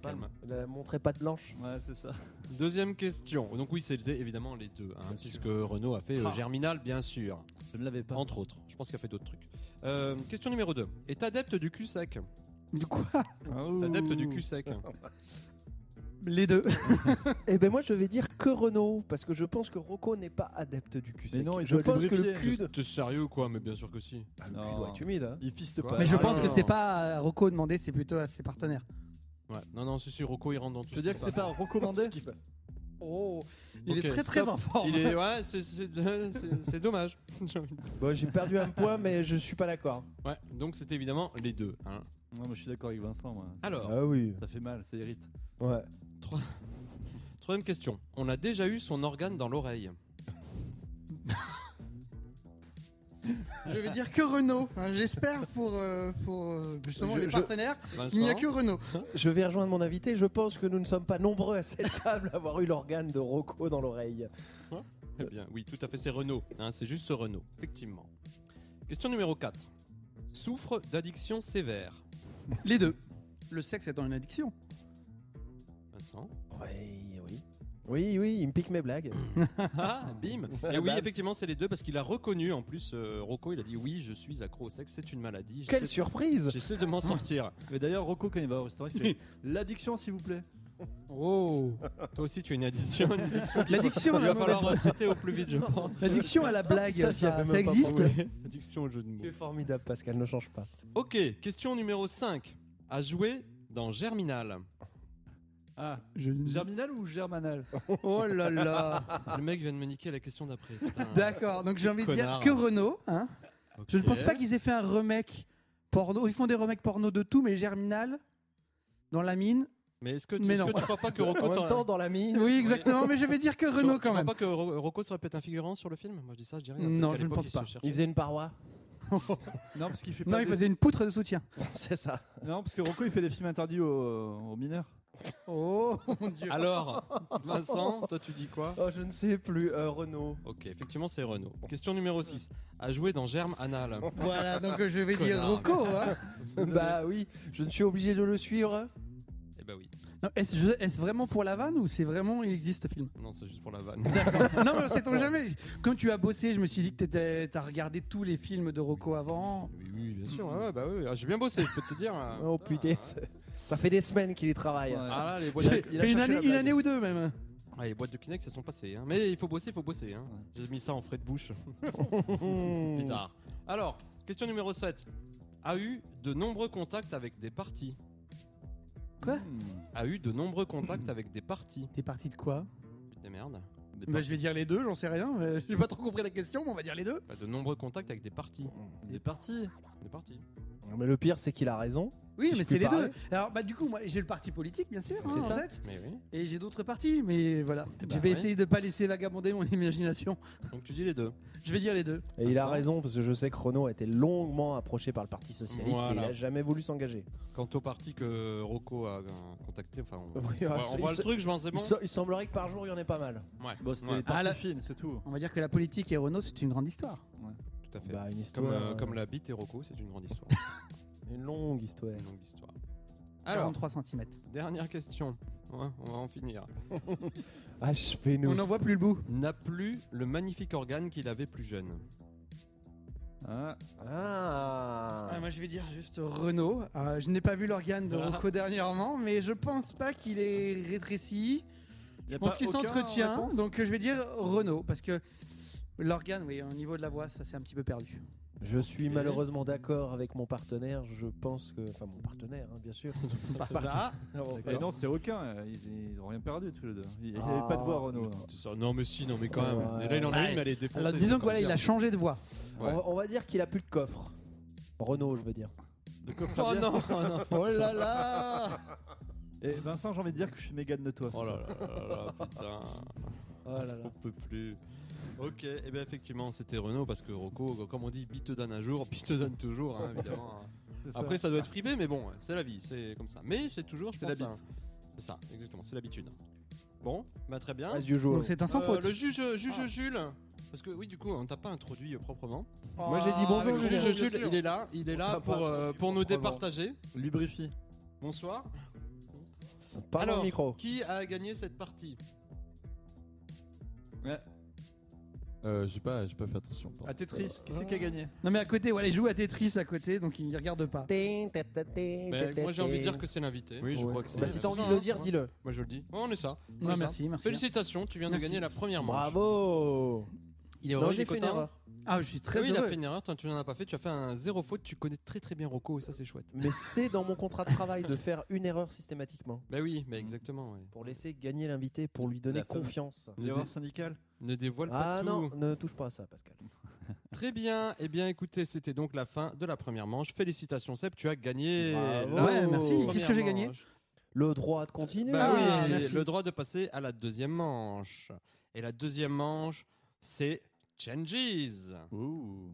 Speaker 2: Calme.
Speaker 3: La montrait pas de blanche.
Speaker 4: Ouais, c'est ça.
Speaker 2: Deuxième question. Donc, oui, c'est évidemment les deux. hein, puisque Renault a fait euh,
Speaker 4: Ah.
Speaker 2: Germinal, bien sûr.
Speaker 4: Je ne l'avais pas.
Speaker 2: Entre autres. Je pense qu'il a fait d'autres trucs. Euh, question numéro 2. Est adepte du cul sec
Speaker 1: Du coup, [laughs]
Speaker 4: Ah,
Speaker 2: Adepte du cul sec.
Speaker 1: les deux.
Speaker 2: Bah,
Speaker 3: Et ben moi je vais dire que Renault parce que je pense que Rocco n'est pas adepte du cul sec.
Speaker 4: Mais non, il
Speaker 3: je
Speaker 4: doit
Speaker 3: pense que le
Speaker 4: lubrifier.
Speaker 3: cul, de-
Speaker 2: T'es sérieux ou quoi Mais bien sûr que si.
Speaker 3: Ah, le cul doit être humide. hein.
Speaker 4: Il fiste
Speaker 2: Ouais.
Speaker 4: pas.
Speaker 1: Mais je
Speaker 2: Ah,
Speaker 1: pense
Speaker 2: non,
Speaker 1: que
Speaker 2: non.
Speaker 1: c'est pas à Rocco demander, c'est plutôt à ses partenaires.
Speaker 2: Ouais. Non, non, si, si, Rocco, il rentre dans tout.
Speaker 4: Je veux dire que c'est pas recommandé.
Speaker 1: Oh, il
Speaker 2: Ok,
Speaker 1: est très hein. très
Speaker 2: stop.
Speaker 1: en forme.
Speaker 2: Il est. Ouais, c'est- c'est c'est- c'est dommage. J'ai envie de-
Speaker 3: Bon, j'ai perdu un point mais je suis pas d'accord.
Speaker 2: ouais, donc c'était évidemment les deux. hein.
Speaker 4: Non, mais je suis d'accord avec Vincent, moi. Ça-
Speaker 2: Alors,
Speaker 3: Ah oui.
Speaker 4: Ça fait mal, ça irrite.
Speaker 3: Ouais.
Speaker 2: troisième question. On a déjà eu son organe dans l'oreille.
Speaker 1: Je vais dire que Renault. hein, J'espère pour, euh, pour euh, justement
Speaker 3: Je-
Speaker 1: les
Speaker 3: je-
Speaker 1: partenaires
Speaker 2: Vincent
Speaker 1: qu'il n'y a que Renault.
Speaker 3: Je vais rejoindre mon invité. Je pense que nous ne sommes pas nombreux à cette [laughs] table à avoir eu l'organe de Rocco dans l'oreille.
Speaker 2: Eh bien, oui, tout à fait, c'est Renault. hein, c'est juste Renault, effectivement. Question numéro 4. Souffre d'addiction sévère.
Speaker 1: Les deux. Le sexe étant une addiction.
Speaker 2: Vincent
Speaker 1: [laughs]
Speaker 3: Oui, oui. Oui, oui, il me pique mes blagues.
Speaker 2: Ah, bim Et oui, effectivement, c'est les deux parce qu'il a reconnu en plus euh, Rocco, il a dit oui, je suis accro au sexe, c'est une maladie.
Speaker 3: Quelle
Speaker 2: j'essaie-
Speaker 3: surprise
Speaker 2: J'essaie de m'en sortir.
Speaker 4: Mais d'ailleurs, Rocco, quand il va au restaurant, il
Speaker 2: [laughs]
Speaker 4: fait L'addiction, s'il vous plaît.
Speaker 1: Oh.
Speaker 2: Toi aussi, tu as une addiction.
Speaker 1: [laughs]
Speaker 2: une addiction qui-
Speaker 1: L'addiction à
Speaker 2: Il va
Speaker 1: la
Speaker 2: falloir euh,
Speaker 1: mauvaise-
Speaker 2: traiter au plus vite, je pense.
Speaker 1: L'addiction à la blague,
Speaker 3: Putain, j'y
Speaker 1: ça,
Speaker 3: avais
Speaker 1: ça
Speaker 3: même pas
Speaker 1: existe
Speaker 3: pensé.
Speaker 2: Addiction au jeu de mots.
Speaker 3: Tu es formidable Pascal, ne change pas.
Speaker 2: Ok, question numéro 5. À jouer dans Germinal.
Speaker 4: Ah, germinal ou germanal
Speaker 1: Oh
Speaker 2: [laughs]
Speaker 1: là là.
Speaker 2: Le mec vient de me niquer la question d'après. putain.
Speaker 1: D'accord, donc j'ai envie de dire
Speaker 2: Connard.
Speaker 1: que Renault. Hein.
Speaker 2: Ok.
Speaker 1: Je ne pense pas qu'ils aient fait un remake porno. Ils font des remakes porno de tout, mais Germinal, dans la mine.
Speaker 2: Mais est-ce que tu,
Speaker 1: Mais
Speaker 2: est-ce
Speaker 1: non.
Speaker 2: que tu crois pas
Speaker 1: [laughs]
Speaker 2: que Rocco
Speaker 3: En
Speaker 2: s'en-
Speaker 3: même temps, dans la mine.
Speaker 1: Oui, exactement, mais je vais dire que
Speaker 2: tu-
Speaker 1: Renault
Speaker 2: tu
Speaker 1: quand
Speaker 2: crois
Speaker 1: même.
Speaker 2: pas que Ro- Rocco serait peut-être un figurant sur le film Moi je dis ça, je dis rien. Peut-être
Speaker 1: Non,
Speaker 2: qu'à
Speaker 1: je ne
Speaker 2: l'époque,
Speaker 1: pense
Speaker 2: il
Speaker 1: pas.
Speaker 2: se cherchait.
Speaker 3: Il faisait une paroi.
Speaker 4: Non, parce qu'il fait pas.
Speaker 1: Non, il
Speaker 4: des-
Speaker 1: faisait une poutre de soutien.
Speaker 3: [laughs] C'est ça.
Speaker 4: Non, parce que Rocco, il fait des films interdits aux, aux mineurs.
Speaker 1: Oh mon dieu.
Speaker 2: Alors,
Speaker 1: [laughs]
Speaker 2: Vincent, toi tu dis quoi
Speaker 3: Oh, je ne sais plus. Euh, Renault.
Speaker 2: Ok, effectivement, c'est Renault. Question numéro 6. À jouer dans Germe Anal.
Speaker 1: Voilà, donc euh, je vais dire
Speaker 2: Connard.
Speaker 1: Rocco. Hein.
Speaker 3: bah oui, je ne suis obligé de le suivre. hein.
Speaker 2: Eh ben oui.
Speaker 1: [laughs] Non, Est-ce je- est-ce vraiment pour la vanne ou c'est vraiment il existe ce film
Speaker 2: Non, c'est juste pour la vanne.
Speaker 1: [laughs] Non, mais sait-on jamais. Quand tu as bossé, je me suis dit que t'étais- t'as regardé tous les films de Rocco avant.
Speaker 2: Oui, oui, bien sûr. ouais, ouais, bah oui. Ah, J'ai bien bossé, je peux te dire. hein.
Speaker 3: Oh putain,
Speaker 2: Ah,
Speaker 3: ça- ça fait des semaines qu'il y travaille.
Speaker 4: Ouais.
Speaker 2: Ah là, les boîtes,
Speaker 1: J'ai-
Speaker 2: de- il a cherché
Speaker 1: une,
Speaker 2: la
Speaker 1: année, une
Speaker 2: blague.
Speaker 1: année ou deux même.
Speaker 2: Ah, les boîtes de Kleenex, elles sont passées. hein. Mais il faut bosser, il faut bosser. hein. J'ai mis ça en frais de bouche.
Speaker 3: Mmh.
Speaker 2: Bizarre. Alors, question numéro 7. A eu de nombreux contacts avec des partis.
Speaker 1: Quoi
Speaker 4: Hmm.
Speaker 2: A eu de nombreux contacts
Speaker 3: Mmh.
Speaker 2: avec des partis.
Speaker 1: T'es parti de quoi
Speaker 2: Des merdes.
Speaker 4: Des
Speaker 1: Bah, je vais dire les deux, j'en sais rien. mais J'ai pas trop compris la question, mais on va dire les deux.
Speaker 2: Bah, de nombreux contacts avec des partis.
Speaker 4: par- Des parties.
Speaker 2: Des partis.
Speaker 3: Mais le pire, c'est qu'il a raison.
Speaker 1: Oui,
Speaker 3: Si
Speaker 1: mais
Speaker 3: je puis
Speaker 1: c'est les
Speaker 3: parler.
Speaker 1: deux. Alors, bah, du coup, moi, j'ai le parti politique, bien sûr.
Speaker 3: C'est
Speaker 1: hein,
Speaker 3: ça. Eh ben
Speaker 1: en fait.
Speaker 2: Mais oui.
Speaker 1: Et j'ai d'autres partis, mais voilà. je vais
Speaker 2: ouais.
Speaker 1: essayer de pas laisser vagabonder mon [laughs] imagination.
Speaker 2: Donc tu dis les deux.
Speaker 1: Je vais dire les deux.
Speaker 3: Et il a
Speaker 2: Vincent.
Speaker 3: raison parce que je sais que Renault a été longuement approché par le Parti socialiste et il
Speaker 2: Voilà.
Speaker 3: a jamais voulu s'engager.
Speaker 2: Quant au parti que Rocco a euh, contacté, enfin, on,
Speaker 3: Oui,
Speaker 2: on
Speaker 3: ah,
Speaker 2: voit-
Speaker 3: c'est-
Speaker 2: on voit
Speaker 3: il
Speaker 2: le
Speaker 3: se-
Speaker 2: truc, je pense c'est
Speaker 3: Il,
Speaker 2: bon.
Speaker 3: se- il semblerait que par jour, il y en ait pas mal.
Speaker 2: Ouais.
Speaker 4: Bon, c'était
Speaker 2: Ouais,
Speaker 4: des
Speaker 1: Ah,
Speaker 4: parties
Speaker 1: la-
Speaker 4: fines, c'est tout.
Speaker 1: On va dire que la politique et Renault, c'est une grande histoire.
Speaker 2: tout à fait.
Speaker 3: Bah, une
Speaker 2: comme,
Speaker 3: histoire.
Speaker 2: euh,
Speaker 3: euh,
Speaker 2: comme la bite et Rocco, c'est une grande
Speaker 3: [laughs]
Speaker 2: histoire.
Speaker 3: Une longue histoire.
Speaker 2: une longue histoire. Alors,
Speaker 1: 43 cm.
Speaker 2: dernière question. Ouais, on va en finir.
Speaker 3: Achevez-nous.
Speaker 1: On n'en voit plus le bout.
Speaker 2: N'a plus le magnifique organe qu'il avait plus jeune.
Speaker 4: Ah,
Speaker 3: Ah.
Speaker 1: Ah, moi, je vais dire juste Renault. Euh, je n'ai pas vu l'organe de
Speaker 4: Ah.
Speaker 1: Rocco dernièrement, mais je pense pas qu'il est
Speaker 4: y
Speaker 1: rétréci.
Speaker 4: a
Speaker 1: Je pense
Speaker 4: pas
Speaker 1: qu'il
Speaker 4: aucun
Speaker 1: s'entretient.
Speaker 4: réponse
Speaker 1: Donc, euh, je vais dire Renault parce que l'organe, oui, au niveau de la voix, ça c'est un petit peu perdu.
Speaker 3: Je suis malheureusement d'accord avec mon partenaire. Je pense que. Enfin, mon partenaire, hein, bien sûr.
Speaker 1: Par- par-
Speaker 4: Et non, c'est aucun. euh, Ils, ils ont rien perdu tous les deux. Il n'y avait
Speaker 3: Ah.
Speaker 4: pas de voix Renault.
Speaker 2: C'est ça. Non, mais si, non, mais quand même.
Speaker 3: Ouais.
Speaker 2: Et là, il en a
Speaker 1: Ouais.
Speaker 2: une, elle est défoncée.
Speaker 1: Alors, disons
Speaker 2: faut
Speaker 1: que voilà,
Speaker 2: quand
Speaker 1: il a
Speaker 2: même
Speaker 1: changé de voix.
Speaker 2: Ouais.
Speaker 3: On, va, on va dire qu'il a plus de coffre. Renault, je veux dire.
Speaker 2: Oh [laughs] non, oh non.
Speaker 1: Oh là là
Speaker 4: Et Vincent, j'ai envie de dire que je suis mégane de toi.
Speaker 2: Oh là là là là, putain.
Speaker 3: Oh là
Speaker 2: On peut plus. Ok, et bien effectivement, c'était Renault parce que Rocco, comme on dit, bite te donne un jour, bite te donne toujours, hein, évidemment. hein.
Speaker 4: C'est ça.
Speaker 2: Après, ça doit être fribé, mais bon, c'est la vie, c'est comme ça. Mais c'est toujours, je
Speaker 4: C'est
Speaker 2: pense,
Speaker 4: la
Speaker 2: un- C'est ça, exactement, c'est l'habitude. Bon, bah très bien.
Speaker 3: As usual.
Speaker 1: Bon, C'est un sans
Speaker 2: Euh,
Speaker 1: faute.
Speaker 2: Le juge, juge Jules. Parce que oui, du coup, on t'a pas introduit euh, proprement.
Speaker 3: Moi, j'ai dit bonjour,
Speaker 2: Ah, Le
Speaker 3: Julien.
Speaker 2: juge Jules, il est là, il est
Speaker 3: On
Speaker 2: là
Speaker 3: t'a pas
Speaker 2: pour, euh,
Speaker 3: introduit
Speaker 2: pour nous
Speaker 3: proprement.
Speaker 2: départager.
Speaker 4: Lubrifie.
Speaker 2: Bonsoir.
Speaker 3: Parle dans
Speaker 2: Alors,
Speaker 3: le micro.
Speaker 2: qui a gagné cette partie
Speaker 7: Euh, j'ai pas, j'ai pas fait attention. pardon.
Speaker 4: Ah, Tetris, qui c'est qui a gagné
Speaker 1: Non mais à côté, voilà, il joue à Tetris à côté, donc il ne regarde pas.
Speaker 2: Ben, Moi,
Speaker 3: Moi,
Speaker 2: j'ai envie de dire que c'est l'invité.
Speaker 7: Oui, je crois que c'est.
Speaker 3: Bah, si t'as envie de le dire, dis-le.
Speaker 2: Moi, je le dis. Oh, on est ça.
Speaker 1: Non,
Speaker 2: C'est
Speaker 1: merci,
Speaker 2: ça.
Speaker 1: merci.
Speaker 2: Félicitations, tu viens de
Speaker 1: Merci.
Speaker 2: gagner la première manche.
Speaker 3: Bravo.
Speaker 2: Il est hein.
Speaker 3: Non,
Speaker 2: heureux,
Speaker 3: j'ai
Speaker 2: Nicotin.
Speaker 3: fait une erreur.
Speaker 1: Ah, je suis très
Speaker 2: oui, il a
Speaker 1: heureux.
Speaker 2: fait une erreur, toi, tu n'en as pas fait, tu as fait un zéro faute, tu connais très très bien Rocco et ça c'est chouette.
Speaker 3: Mais c'est dans mon contrat de travail de faire une erreur systématiquement
Speaker 2: Bah oui, mais exactement. ouais.
Speaker 3: pour laisser gagner l'invité, pour lui donner
Speaker 4: La fameuse-
Speaker 3: confiance.
Speaker 4: L'erreur syndicale
Speaker 2: Ne dévoile pas
Speaker 3: Ah
Speaker 2: tout.
Speaker 3: non, ne touche pas à ça, Pascal.
Speaker 2: Très bien, eh bien écoutez, c'était donc la fin de la première manche. Félicitations Seb, tu as gagné.
Speaker 3: Bravo.
Speaker 2: la
Speaker 1: Ouais, merci.
Speaker 2: première
Speaker 1: Qu'est-ce que j'ai gagné
Speaker 2: manche.
Speaker 3: Le droit de continuer.
Speaker 2: Bah
Speaker 1: Ah,
Speaker 2: oui,
Speaker 1: merci.
Speaker 2: le droit de passer à la deuxième manche. Et la deuxième manche, c'est Changes.
Speaker 4: Ouh.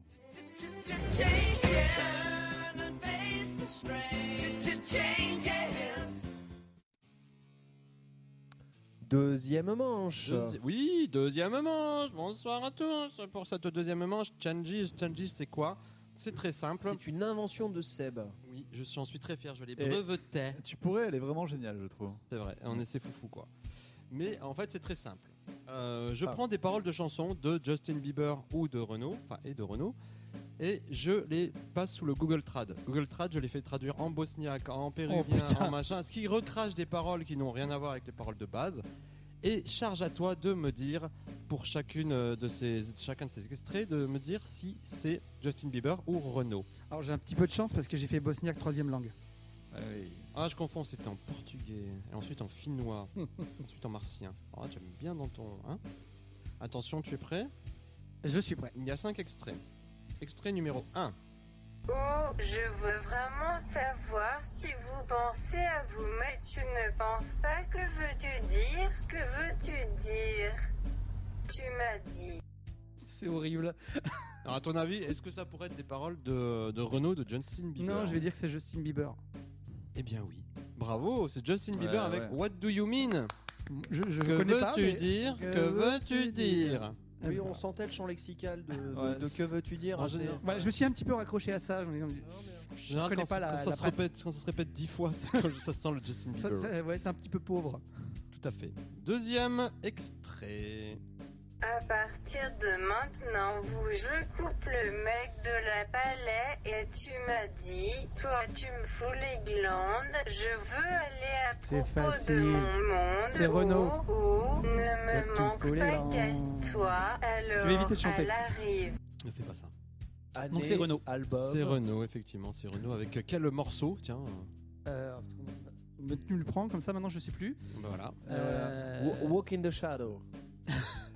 Speaker 3: Deuxième manche.
Speaker 2: Deuxi- Oui, deuxième manche. Bonsoir à tous pour cette deuxième manche. Changes, Changes, c'est quoi C'est très simple.
Speaker 3: C'est une invention de Seb.
Speaker 2: Oui, je suis, en suis très fier, je les
Speaker 4: Et-
Speaker 2: brevetais.
Speaker 4: Tu pourrais, elle est vraiment géniale, je trouve.
Speaker 2: C'est vrai, on essaie foufou quoi. Mais en fait, c'est très simple. Euh, je prends des paroles de chansons de Justin Bieber ou de Renault, enfin et de Renault, et je les passe sous le Google Trad. Google Trad, je les fais traduire en bosniaque, en péruvien, en machin, ce qui recrache des paroles qui n'ont rien à voir avec les paroles de base. Et charge à toi de me dire, pour chacune euh, de ces, chacun de ces extraits, de me dire si c'est Justin Bieber ou Renault.
Speaker 1: Alors j'ai un petit peu de chance parce que j'ai fait bosniaque troisième langue.
Speaker 4: Ah oui.
Speaker 2: Ah, je confonds, c'était en portugais, et ensuite en
Speaker 1: [laughs]
Speaker 2: finnois, ensuite en martien. Ah, tu aimes bien dans ton. Hein Attention, tu es prêt
Speaker 1: Je suis prêt.
Speaker 2: Il y a 5 extraits. Extrait numéro 1.
Speaker 8: Oh, je veux vraiment savoir si vous pensez à vous, mais tu ne penses pas. Que veux-tu dire Que veux-tu dire Tu m'as dit.
Speaker 1: C'est horrible.
Speaker 2: Alors, à ton avis, est-ce que ça pourrait être des paroles de, de Renaud, de Justin Bieber
Speaker 1: Non, je vais dire que c'est Justin Bieber.
Speaker 2: Eh bien, oui. Bravo, c'est Justin Bieber
Speaker 4: Ouais,
Speaker 2: avec
Speaker 4: ouais.
Speaker 2: What Do You Mean
Speaker 1: Je, je
Speaker 2: Que
Speaker 1: connais
Speaker 2: veux-tu
Speaker 1: pas. mais-
Speaker 2: dire
Speaker 1: Que
Speaker 2: Que veux-tu
Speaker 1: veux-tu dire
Speaker 2: dire
Speaker 3: Oui, on sentait le champ lexical de, de-
Speaker 4: Ouais,
Speaker 3: de que veux-tu dire.
Speaker 2: en
Speaker 3: hein, c'est-
Speaker 2: général.
Speaker 1: Voilà, je me suis un petit peu raccroché à ça. en disant-
Speaker 2: Général,
Speaker 1: connais
Speaker 2: quand,
Speaker 1: pas
Speaker 2: ça-
Speaker 1: la-
Speaker 2: quand ça
Speaker 1: la
Speaker 2: se
Speaker 1: patte.
Speaker 2: répète, quand ça se répète 10 fois, [laughs] c'est quand ça sent le Justin
Speaker 1: ça,
Speaker 2: Bieber.
Speaker 1: ça- ouais, c'est un petit peu pauvre.
Speaker 2: Tout à fait. Deuxième extrait.
Speaker 8: À partir de maintenant, vous, je coupe le mec de la palais et tu m'as dit, toi tu me fous les glandes, je veux aller à
Speaker 1: C'est
Speaker 8: propos
Speaker 1: facile.
Speaker 8: de mon monde.
Speaker 1: C'est Renaud.
Speaker 8: Oh,
Speaker 1: Toi,
Speaker 8: oh, ne me
Speaker 1: tu me fous
Speaker 8: manque
Speaker 1: les
Speaker 8: pas,
Speaker 1: glandes.
Speaker 8: casse-toi. Alors,
Speaker 1: éviter de chanter.
Speaker 8: elle arrive.
Speaker 2: Ne fais pas ça.
Speaker 3: Année,
Speaker 1: Donc, c'est Renaud.
Speaker 3: Album.
Speaker 2: C'est Renault, effectivement, c'est Renault. Avec quel morceau Tiens,
Speaker 1: Euh, mais tu me le prends comme ça maintenant, je sais plus.
Speaker 2: euh, bah voilà.
Speaker 1: Euh,
Speaker 3: Wa- Walk in the Shadow.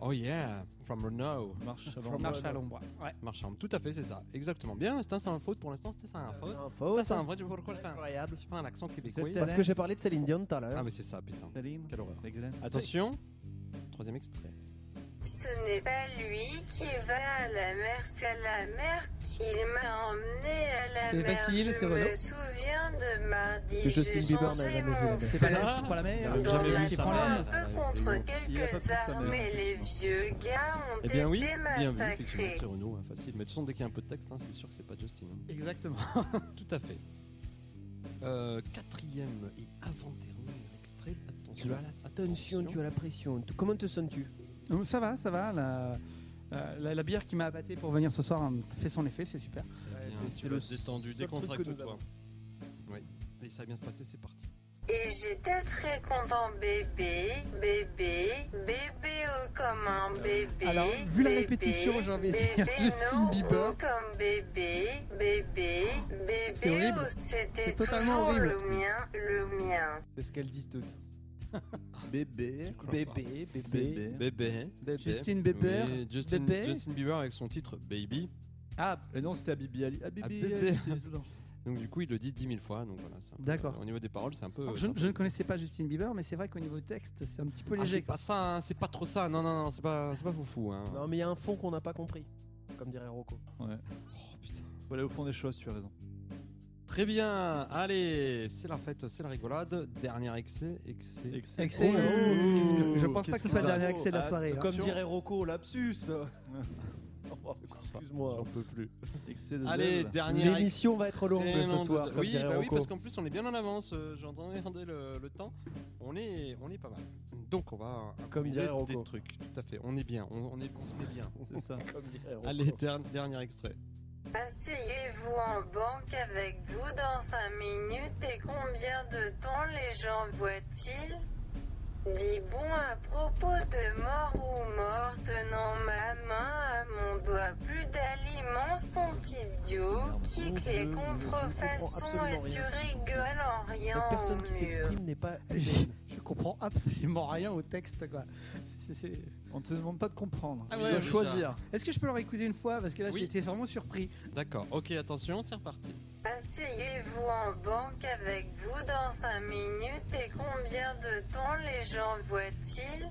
Speaker 2: Oh yeah, from Renault.
Speaker 4: Marche
Speaker 1: on
Speaker 4: avant.
Speaker 1: marche à l'ombre.
Speaker 2: [laughs]
Speaker 1: Ouais.
Speaker 2: Marchand, tout à fait, c'est ça. Exactement. Bien, c'était un sans faute pour l'instant, c'était ça un faute.
Speaker 3: Info.
Speaker 2: C'était ça un vrai, je sais pas pourquoi je fais un-
Speaker 3: Incroyable.
Speaker 2: je fais un accent
Speaker 4: C'était-
Speaker 2: québécois.
Speaker 3: Parce que j'ai parlé de Céline Dion tout à l'heure.
Speaker 2: Ah, mais c'est ça, putain.
Speaker 4: Saline.
Speaker 2: Quelle horreur.
Speaker 4: Les graines.
Speaker 2: Attention, troisième extrait.
Speaker 8: Ce n'est pas lui qui va à la mer, c'est la mer qu'il m'a emmené à la
Speaker 1: C'est
Speaker 8: mer.
Speaker 1: facile,
Speaker 8: je
Speaker 1: c'est
Speaker 8: me
Speaker 1: Renaud.
Speaker 8: souviens de mardi.
Speaker 3: Parce que Justin
Speaker 8: j'ai
Speaker 3: Bieber n'a
Speaker 8: changé
Speaker 3: jamais vu
Speaker 8: mon
Speaker 3: la mer.
Speaker 1: C'est pas la, c'est pas la
Speaker 2: Ah,
Speaker 1: mer.
Speaker 2: J'avais
Speaker 8: J'en
Speaker 2: jamais vu
Speaker 8: ai
Speaker 1: qui
Speaker 2: ça,
Speaker 1: prend
Speaker 2: moi.
Speaker 8: un
Speaker 1: l'air.
Speaker 8: peu contre
Speaker 4: Il a pas
Speaker 8: quelques
Speaker 4: pris sa
Speaker 8: armes
Speaker 4: mère,
Speaker 8: et les
Speaker 4: effectivement.
Speaker 8: vieux gars ont
Speaker 2: Eh bien oui,
Speaker 8: été
Speaker 2: bien vu, effectivement,
Speaker 8: massacrés.
Speaker 2: c'est Renault, hein, facile. Mais de toute façon, dès qu'il y a un peu de texte, hein, c'est sûr que c'est pas Justin. hein.
Speaker 1: Exactement.
Speaker 2: Tout à fait. Euh, quatrième et avant-dernier extrait. très attention.
Speaker 3: Tu as l'attention, tu as la pression. Tu- Comment te sens-tu
Speaker 1: Donc, ça va, ça va. La, la- la- la bière qui m'a abatté pour venir ce soir hein, fait son effet, c'est super.
Speaker 2: Bien,
Speaker 3: t'es-
Speaker 2: tu Eh, le détendu,
Speaker 3: seul truc que nous
Speaker 2: décontracte-toi.
Speaker 3: avons.
Speaker 2: Ouais. Allez, ça va bien se passer, c'est parti.
Speaker 8: Et j'étais très content, bébé, bébé, bébé, oh comme un bébé.
Speaker 1: Alors, vu la
Speaker 8: bébé,
Speaker 1: répétition, j'ai envie de dire
Speaker 8: bébé,
Speaker 1: Justin
Speaker 8: non,
Speaker 1: Bieber.
Speaker 8: oh comme bébé, bébé, bébé,
Speaker 1: C'est horrible.
Speaker 8: oh, c'était
Speaker 1: C'est totalement
Speaker 8: toujours
Speaker 1: horrible.
Speaker 8: le mien, le mien.
Speaker 3: C'est ce qu'elles disent toutes.
Speaker 7: Bébé.
Speaker 3: Bébé, bébé.
Speaker 2: Bébé. bébé.
Speaker 1: Justine Bieber.
Speaker 2: Mais Justin,
Speaker 1: Bébé.
Speaker 2: Justin Bieber avec son titre Baby.
Speaker 1: Ah,
Speaker 4: Et non, c'était Habibi Ali. Habibi
Speaker 2: Habibi.
Speaker 4: Ali, c'est Soudan.
Speaker 2: Donc du coup, il le dit 10 000 fois. Donc voilà. c'est un peu-
Speaker 1: D'accord.
Speaker 2: Au niveau des paroles, c'est un peu. euh,
Speaker 1: alors, Ah, je, je ne connaissais pas Justin Bieber, mais c'est vrai qu'au niveau texte, c'est un petit peu
Speaker 2: Ah, c'est
Speaker 1: léger. quoi.
Speaker 2: pas ça, hein, c'est pas trop ça. Non, non, non, c'est pas, c'est pas foufou. Hein.
Speaker 3: Non, mais il y a un fond qu'on n'a pas compris, comme dirait Rocco.
Speaker 2: Oh, putain.
Speaker 4: Voilà, au fond des choses, tu as raison.
Speaker 2: Très bien. Allez, c'est la fête, c'est la rigolade. Dernier excès, excès.
Speaker 4: Excellent. Oh,
Speaker 1: Excès. Qu'est-ce que- je pense
Speaker 4: qu'est-ce
Speaker 1: pas que ce
Speaker 4: que ça
Speaker 1: soit le dernier
Speaker 3: vaut
Speaker 1: accès de la
Speaker 3: Ah,
Speaker 1: soirée. hein.
Speaker 3: Comme dirait
Speaker 2: [laughs]
Speaker 3: Rocco, lapsus Oh, Excuse-moi.
Speaker 4: peux plus. Excès de
Speaker 2: Allez,
Speaker 4: zèle.
Speaker 2: dernier excès.
Speaker 3: L'émission va être longue ce
Speaker 2: Tellement
Speaker 3: soir,
Speaker 2: de-
Speaker 3: comme
Speaker 2: Oui,
Speaker 3: dirait
Speaker 2: bah oui,
Speaker 3: Rocco.
Speaker 2: parce qu'en plus on est bien en avance. euh, J'ai entendu regarder le, le temps. On est, on est pas mal. Donc on va
Speaker 3: Comme
Speaker 2: improviser
Speaker 3: dirait Rocco.
Speaker 2: des trucs. Tout à fait. On est bien. On, on est, on se met bien.
Speaker 4: C'est ça.
Speaker 3: [laughs] Comme dirait Rocco.
Speaker 2: Allez, der- dernier extrait.
Speaker 8: Asseyez-vous en banque avec vous dans 5 minutes et combien de temps les gens voient-ils Dis bon à propos de mort ou mort, tenant ma main à mon doigt, plus d'aliments sont idiots,
Speaker 3: Alors, mon
Speaker 8: kick
Speaker 3: Dieu,
Speaker 8: les
Speaker 3: je ne comprends
Speaker 8: contrefaçons
Speaker 3: absolument
Speaker 8: et tu
Speaker 3: rien.
Speaker 8: rigoles en riant
Speaker 3: Cette personne
Speaker 8: au
Speaker 3: qui
Speaker 8: mur.
Speaker 3: s'exprime n'est pas.
Speaker 1: [laughs] Je, je comprends absolument rien au texte. quoi. C'est- c'est- c'est-
Speaker 4: On ne te demande pas de comprendre.
Speaker 1: Ah
Speaker 4: tu
Speaker 1: ouais,
Speaker 4: dois
Speaker 1: déjà.
Speaker 4: choisir.
Speaker 1: Est-ce que je peux leur écouter une fois Parce que là,
Speaker 2: Oui.
Speaker 1: j'étais vraiment surpris.
Speaker 2: D'accord. Ok, attention, c'est reparti.
Speaker 8: Asseyez-vous en banque avec vous dans 5 minutes et combien de temps les gens voient-ils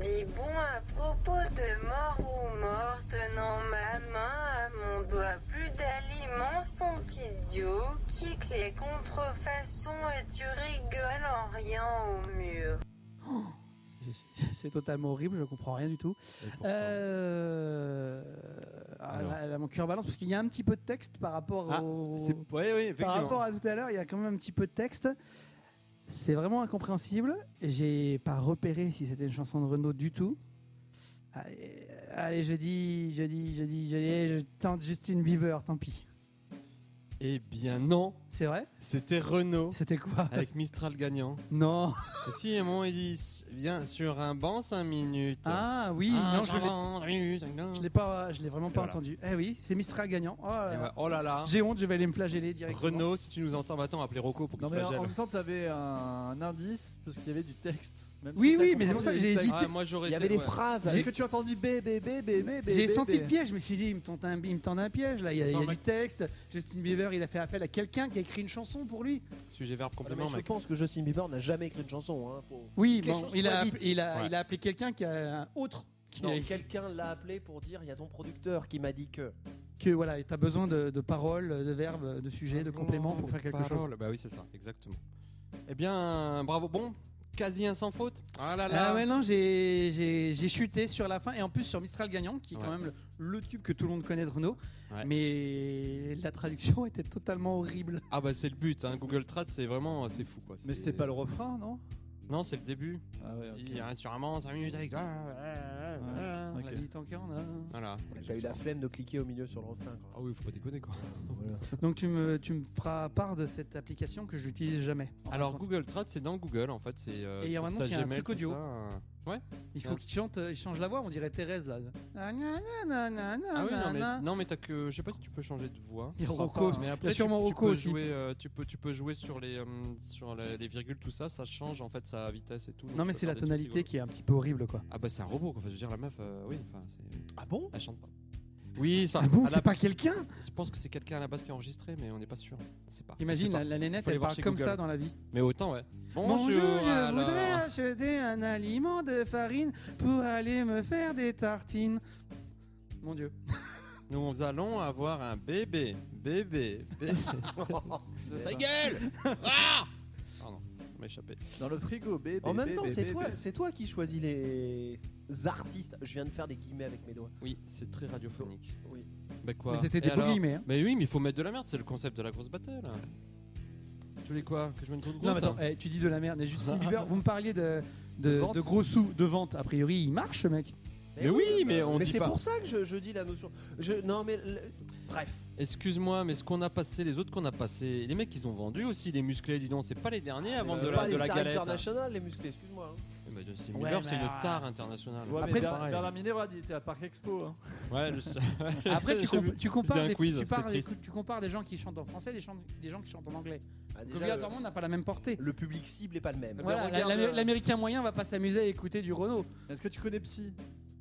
Speaker 8: Dis bon à propos de mort ou mort, tenant ma main à mon doigt, plus d'aliments sont idiots, kick les contrefaçons et tu rigoles en riant au mur.
Speaker 1: C'est- [laughs] C'est totalement horrible, je comprends rien du tout.
Speaker 2: Et pourtant-
Speaker 1: Euh, ah,
Speaker 2: Alors.
Speaker 1: là, là, mon cœur balance parce qu'il y a un petit peu de texte par rapport
Speaker 2: Ah,
Speaker 1: au-
Speaker 2: C'est- Ouais, ouais, effectivement.
Speaker 1: par rapport à tout à l'heure, il y a quand même un petit peu de texte. C'est vraiment incompréhensible. J'ai pas repéré si c'était une chanson de Renaud du tout. Allez, allez, je dis, je dis, je dis, je dis, je tente Justin Bieber, tant pis.
Speaker 2: Eh bien non,
Speaker 1: C'est vrai
Speaker 2: c'était Renault
Speaker 1: C'était quoi
Speaker 2: [laughs] avec Mistral gagnant.
Speaker 1: Non.
Speaker 2: Et si et moi il dit viens sur un banc 5 minutes.
Speaker 1: Ah oui,
Speaker 2: Ah,
Speaker 1: non, je l'ai-
Speaker 2: cinq minutes, non.
Speaker 1: je l'ai pas, je l'ai vraiment pas
Speaker 2: voilà.
Speaker 1: entendu. Eh oui, c'est Mistral gagnant. Oh là
Speaker 2: Eh
Speaker 1: là.
Speaker 2: ben, oh là là.
Speaker 1: J'ai honte, je vais aller me flageller directement.
Speaker 2: Renault, si tu nous entends, va attends, appeler Rocco pour qu'il
Speaker 4: Non,
Speaker 2: te
Speaker 4: mais en
Speaker 2: flagelle.
Speaker 4: même temps, t'avais un, un indice parce qu'il y avait du texte. Même
Speaker 1: Oui,
Speaker 4: si t'as
Speaker 1: oui, mais
Speaker 4: compris,
Speaker 1: c'est pour ça que
Speaker 4: il y
Speaker 1: j'ai
Speaker 4: a du texte.
Speaker 1: hésité.
Speaker 2: Ah, moi j'aurais
Speaker 3: Il y
Speaker 2: été-
Speaker 3: avait des
Speaker 2: ouais.
Speaker 3: phrases.
Speaker 4: Est-ce que tu as entendu B, B, B, B, B, B
Speaker 1: J'ai
Speaker 4: B,
Speaker 1: senti
Speaker 4: B
Speaker 1: le piège, je me suis dit, il me tente un, il me tente un piège, là, il y a, il y a
Speaker 2: Attends,
Speaker 1: du
Speaker 2: mec.
Speaker 1: texte. Justin Bieber, il a fait appel à quelqu'un qui a écrit une chanson pour lui.
Speaker 2: Sujet
Speaker 1: Ah,
Speaker 2: verbe
Speaker 3: Voilà, mais
Speaker 2: complément,
Speaker 3: je
Speaker 2: mec.
Speaker 3: pense que Justin Bieber n'a jamais écrit une chanson. Hein, pour...
Speaker 1: Oui,
Speaker 3: Que les
Speaker 1: bon,
Speaker 3: choses
Speaker 1: il
Speaker 3: soient
Speaker 1: a,
Speaker 3: dites.
Speaker 1: il, a,
Speaker 2: Ouais.
Speaker 1: il a appelé quelqu'un qui a un autre. Qui a
Speaker 2: [laughs]
Speaker 3: Non,
Speaker 1: écrit
Speaker 3: quelqu'un l'a appelé pour dire il y a ton producteur qui m'a dit que.
Speaker 1: que voilà, t'as besoin de, de paroles, de verbes, de sujets, de compléments pour faire quelque chose.
Speaker 2: Parole. Bah oui, c'est ça, exactement. Eh bien, bravo. Bon, quasi un sans faute. Ah là là.
Speaker 1: Ah ouais, non, j'ai- j'ai j'ai chuté sur la fin et en plus sur Mistral Gagnant, qui est quand
Speaker 2: Ouais.
Speaker 1: même le, le tube que tout le monde connaît de Renault.
Speaker 2: Ouais.
Speaker 1: Mais la traduction était totalement horrible.
Speaker 2: Ah bah c'est le but. Hein. Google Trad, c'est vraiment, c'est fou quoi.
Speaker 4: Mais c'était pas le refrain, non
Speaker 2: Non, c'est le début.
Speaker 4: Ah ouais, ok.
Speaker 2: Il y a un sur un banc 5 minutes avec.
Speaker 4: Ouais.
Speaker 1: La
Speaker 4: Ok.
Speaker 1: vie est en cœur, non.
Speaker 2: Voilà.
Speaker 3: T'as eu la flemme de cliquer au milieu sur le refrain.
Speaker 2: Ah oui, faut pas déconner quoi.
Speaker 1: Donc tu me, tu me feras part de cette application que je n'utilise jamais.
Speaker 2: [laughs]
Speaker 1: En
Speaker 2: Alors
Speaker 1: raconte.
Speaker 2: Google Trad, c'est dans Google en fait. C'est. euh,
Speaker 1: Et il y a
Speaker 2: c'est
Speaker 1: maintenant,
Speaker 2: ta
Speaker 1: il y a un
Speaker 2: Gmail,
Speaker 1: truc
Speaker 2: tout
Speaker 1: audio. Ah
Speaker 2: ça, euh. Ouais.
Speaker 1: Il faut qu'il chante, euh, il change la voix, on dirait Thérèse là. Ah, na, na, na, na, na,
Speaker 2: Ah oui, non [laughs]
Speaker 1: na.
Speaker 2: mais, non, mais t'as que. Je sais pas si tu peux changer de voix.
Speaker 1: Il y a
Speaker 4: crois
Speaker 1: Rocco.
Speaker 4: pas, hein.
Speaker 2: Mais
Speaker 1: Il y
Speaker 2: après,
Speaker 1: a sûrement
Speaker 2: tu, tu
Speaker 1: Rocco
Speaker 2: peux
Speaker 1: aussi.
Speaker 2: jouer, euh, tu peux, tu peux jouer sur les, hum, sur la- les virgules, tout ça, ça change en fait sa vitesse et tout. donc
Speaker 1: Non mais
Speaker 2: tu peux
Speaker 1: c'est la
Speaker 2: faire des trucs
Speaker 1: tonalité
Speaker 2: rigolos.
Speaker 1: qui est un petit peu horrible quoi.
Speaker 2: Ah bah c'est un robot, quoi. Enfin, je veux dire la meuf, euh, oui, enfin, c'est-
Speaker 3: Ah bon
Speaker 2: elle chante pas. Oui, c'est
Speaker 1: Ah bon,
Speaker 2: à la-
Speaker 1: c'est pas quelqu'un
Speaker 2: Je pense que c'est quelqu'un à la base qui a enregistré, mais on n'est pas sûr. On sait pas.
Speaker 1: Imagine,
Speaker 2: On
Speaker 1: la,
Speaker 2: sait
Speaker 1: la nénette,
Speaker 2: Faut aller
Speaker 1: elle
Speaker 2: voir
Speaker 1: parle
Speaker 2: chez
Speaker 1: comme
Speaker 2: Google.
Speaker 1: ça dans la vie.
Speaker 2: pas. Mais autant, ouais.
Speaker 1: je
Speaker 2: alors.
Speaker 1: voudrais acheter un aliment de farine pour aller me faire des tartines. Mon dieu.
Speaker 2: Nous allons avoir un bébé, bébé, bébé.
Speaker 1: [laughs]
Speaker 4: De ça.
Speaker 2: gueule Ah Pardon, on m'a échappé.
Speaker 4: Dans le frigo, B, B,
Speaker 3: En
Speaker 4: B,
Speaker 3: même temps,
Speaker 4: B,
Speaker 3: c'est
Speaker 4: B,
Speaker 3: toi,
Speaker 4: B.
Speaker 3: c'est toi qui choisis les artistes. Je viens de faire des guillemets avec mes doigts.
Speaker 2: Oui, c'est très radiophonique.
Speaker 3: Oui.
Speaker 2: Bah quoi
Speaker 1: Mais c'était
Speaker 2: Et
Speaker 1: des
Speaker 2: alors
Speaker 1: guillemets. hein.
Speaker 2: Mais oui, mais il faut mettre de la merde, c'est le concept de la grosse bataille. Tu voulais quoi Que je me tourne
Speaker 1: Non, mais attends, eh, tu dis de la merde. Mais
Speaker 2: [laughs]
Speaker 1: Justin Bieber, vous me parliez de, de,
Speaker 4: De vente.
Speaker 1: de gros sous, de vente. A priori, il marche, ce mec.
Speaker 2: Mais oui, mais on
Speaker 3: Euh, Mais
Speaker 2: dit
Speaker 3: c'est
Speaker 2: pas.
Speaker 3: pour ça que je, je dis la notion. Je, non, mais. le- bref.
Speaker 2: hein. Excuse-moi, mais ce qu'on a passé, les autres qu'on a passé, les mecs ils ont vendu aussi, les musclés, dis donc, c'est pas les derniers avant
Speaker 3: C'est
Speaker 2: de
Speaker 3: pas
Speaker 2: la,
Speaker 3: les
Speaker 2: de la
Speaker 3: Star
Speaker 2: galette. hein.
Speaker 3: International, les musclés, excuse-moi. hein.
Speaker 2: Eh ben, Justin
Speaker 1: Ouais,
Speaker 2: Bieber,
Speaker 1: mais
Speaker 2: c'est
Speaker 1: alors,
Speaker 2: une tare internationale.
Speaker 4: Ouais,
Speaker 1: Après,
Speaker 4: mais
Speaker 2: pareil.
Speaker 4: Ber- Bernard Minerva, il était à Parc Expo. hein.
Speaker 2: Ouais, je sais.
Speaker 1: Après, tu,
Speaker 2: J'ai
Speaker 1: comp-
Speaker 2: vu.
Speaker 1: tu compares
Speaker 2: C'était un
Speaker 1: des,
Speaker 2: quiz,
Speaker 1: tu,
Speaker 2: c'était
Speaker 1: parles-
Speaker 2: triste.
Speaker 1: tu compares des gens qui chantent en français, des, chan- des gens qui chantent en anglais.
Speaker 3: Ah, déjà,
Speaker 1: Obligatoirement, on n'a pas la même portée.
Speaker 3: le, le public cible est pas le même.
Speaker 1: Voilà,
Speaker 4: regarde,
Speaker 1: la- la-
Speaker 4: euh,
Speaker 1: L'américain moyen va pas s'amuser à écouter du Renault.
Speaker 4: Est-ce que tu connais Psy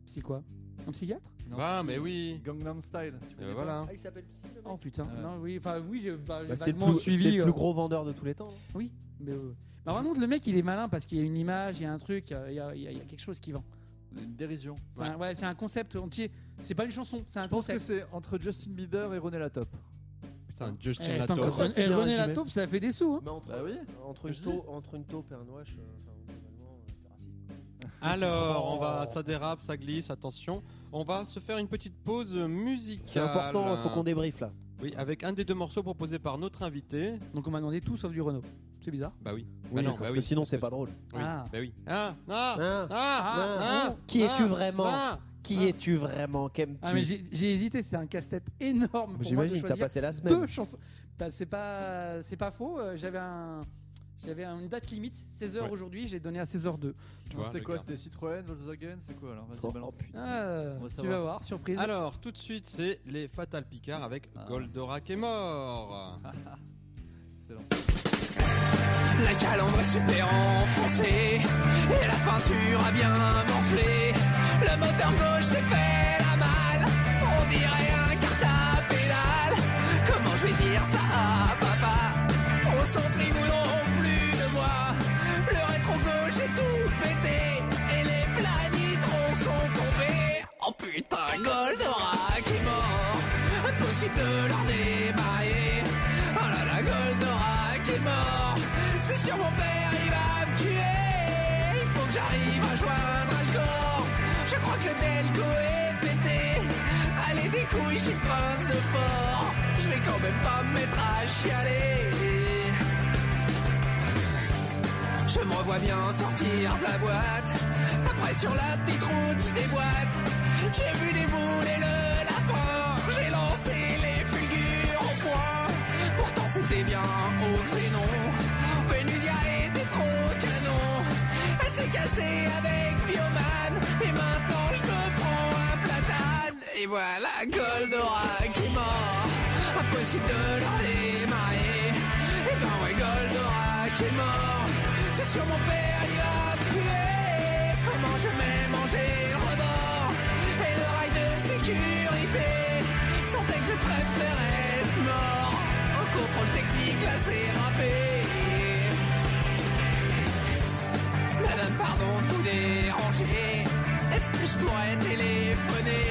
Speaker 1: C'est quoi Un psychiatre
Speaker 4: Non,
Speaker 2: Bah,
Speaker 4: Psy.
Speaker 2: mais oui.
Speaker 4: Gangnam Style. Tu
Speaker 2: Eh
Speaker 4: connais
Speaker 2: ben,
Speaker 4: pas
Speaker 2: voilà.
Speaker 3: Ah, il s'appelle Psy, le mec
Speaker 1: Oh putain,
Speaker 4: Ouais.
Speaker 1: non, oui, enfin oui, j'ai bah, j'ai
Speaker 3: Bah, c'est le,
Speaker 1: vaguement
Speaker 3: plus,
Speaker 1: suivi.
Speaker 3: c'est le
Speaker 1: euh,
Speaker 3: plus gros vendeur de tous les temps. hein.
Speaker 1: Oui, mais euh, bah, vraiment, le mec, il est malin parce qu'il y a une image, il y a un truc, euh, il y a, il y a- il y a quelque chose qui vend.
Speaker 4: Une dérision.
Speaker 1: C'est un- ouais, c'est un concept entier. C'est pas une chanson, c'est un
Speaker 4: Je pense que
Speaker 1: concept.
Speaker 4: c'est entre Justin Bieber et René Latop.
Speaker 2: Putain,
Speaker 1: Eh,
Speaker 2: Justin
Speaker 1: tant que
Speaker 2: Latorre.
Speaker 3: ça,
Speaker 1: René-
Speaker 3: c'est bien
Speaker 1: René
Speaker 3: résumé.
Speaker 1: Lataupe, ça fait des sous. hein.
Speaker 3: Mais entre,
Speaker 4: Bah oui.
Speaker 3: entre, une
Speaker 4: Je
Speaker 3: taupe, entre une taupe et un ouache, euh, enfin, globalement, euh, c'est raciste.
Speaker 2: Alors, on va, ça dérape, ça glisse, attention. On va se faire une petite pause musicale.
Speaker 3: C'est important, faut qu'on débriefe là.
Speaker 2: Oui, avec un des deux morceaux proposés par notre invité.
Speaker 1: Donc on m'a demandé tout sauf du Renault. C'est bizarre.
Speaker 2: Bah oui.
Speaker 3: Oui,
Speaker 2: Bah non,
Speaker 3: parce
Speaker 2: bah
Speaker 3: que
Speaker 2: oui.
Speaker 3: sinon c'est pas drôle.
Speaker 2: Oui,
Speaker 1: Ah.
Speaker 2: Bah oui. Ah, ah,
Speaker 3: Hein
Speaker 2: ah,
Speaker 3: Ah,
Speaker 2: ah,
Speaker 3: Qui es-tu
Speaker 2: ah,
Speaker 3: vraiment
Speaker 2: ah.
Speaker 3: Qui
Speaker 2: Ah.
Speaker 3: es-tu vraiment Qu'aimes-tu
Speaker 1: Ah, mais j'ai j'ai hésité, c'était un casse-tête énorme. pour moi de
Speaker 3: J'imagine que t'as
Speaker 1: choisir
Speaker 3: passé la semaine.
Speaker 1: deux chansons. Bah, c'est pas, c'est pas faux. euh, J'avais un, j'avais une date limite, 16 h
Speaker 2: Ouais.
Speaker 1: aujourd'hui. J'ai donné à 16h02.
Speaker 2: Tu vois,
Speaker 4: C'était quoi
Speaker 2: regarde.
Speaker 4: C'était Citroën, Volkswagen C'est quoi alors
Speaker 3: Oh,
Speaker 4: Vas-y, balance.
Speaker 3: putain.
Speaker 1: Ah,
Speaker 4: On va
Speaker 1: tu
Speaker 4: savoir.
Speaker 1: vas voir, surprise.
Speaker 2: Alors, tout de suite, c'est les Fatal Picard avec
Speaker 4: Ah.
Speaker 2: Goldorak est mort.
Speaker 4: Excellent.
Speaker 5: La calandre est super enfoncée Et la peinture a bien morflé Le moteur gauche s'est fait la malle On dirait un carte à pédale Comment je vais dire ça à papa Au centre ils voudront plus de moi Le rétro gauche est tout pété Et les planitrons sont tombés Oh putain, Goldorak est mort Impossible de leur démarrer Oh là là, Goldorak est mort C'est sûr, mon père, il va me tuer Il faut que j'arrive à joindre un corps Je crois que le Delco est pété Allez, des couilles, j'y prince de fort Je vais quand même pas me mettre à chialer je me revois bien sortir de la boîte. Après sur la petite route, je déboîte. J'ai vu des boules et le lapin. J'ai lancé les fulgures au point. Pourtant c'était bien au xénon. Vénusia était trop canon. Elle s'est cassée avec Bioman. Et maintenant je me prends un platane. Et voilà Goldorak est mort. Impossible de leur démarrer. Et ben ouais, Goldorak est mort. C'est sûr, mon père, il va me tuer. Comment je mets manger le rebord et le rail de sécurité. Sans texte, je préfère être mort. Au contrôle technique, là, c'est râpé. Madame, pardon de vous déranger. Est-ce que je pourrais téléphoner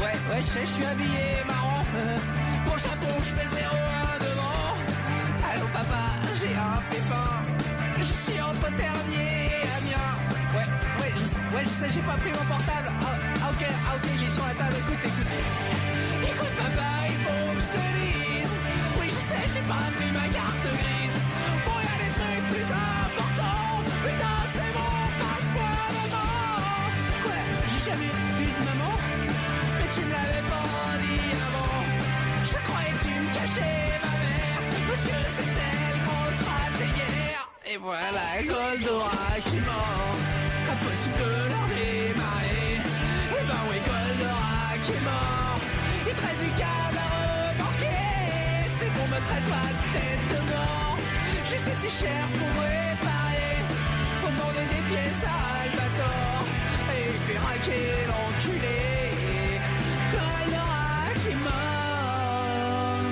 Speaker 5: Ouais, ouais, je sais, je suis habillé marron. Pour Japon, je fais 01 devant. Allô, papa, j'ai un pépin. Je suis entre Ternier et Amiens. Ouais, ouais, je sais, ouais, je sais, j'ai pas pris mon portable. Ah, ah, ok, ah, ok, il est sur la table. Écoute, écoute. Écoute, papa, il faut que je te dise. Oui, je sais, j'ai pas pris ma carte grise. Bon, y a des trucs plus importants. Putain, c'est bon, passe-moi, maman. Quoi J'ai jamais eu de maman Mais tu me l'avais pas dit avant. Je croyais que tu me cachais ma mère. Parce que c'était le grand stratégaire. Et voilà, Goldorak qui mort. Impossible de leur démarrer. Et ben oui, Goldorak est mort. Il te reste du câble à remorquer. C'est bon, me traite pas de tête de mort. Je sais c'est cher pour réparer. Faut demander des pièces à Albator. Et il fait raquer l'enculé. Goldorak est mort.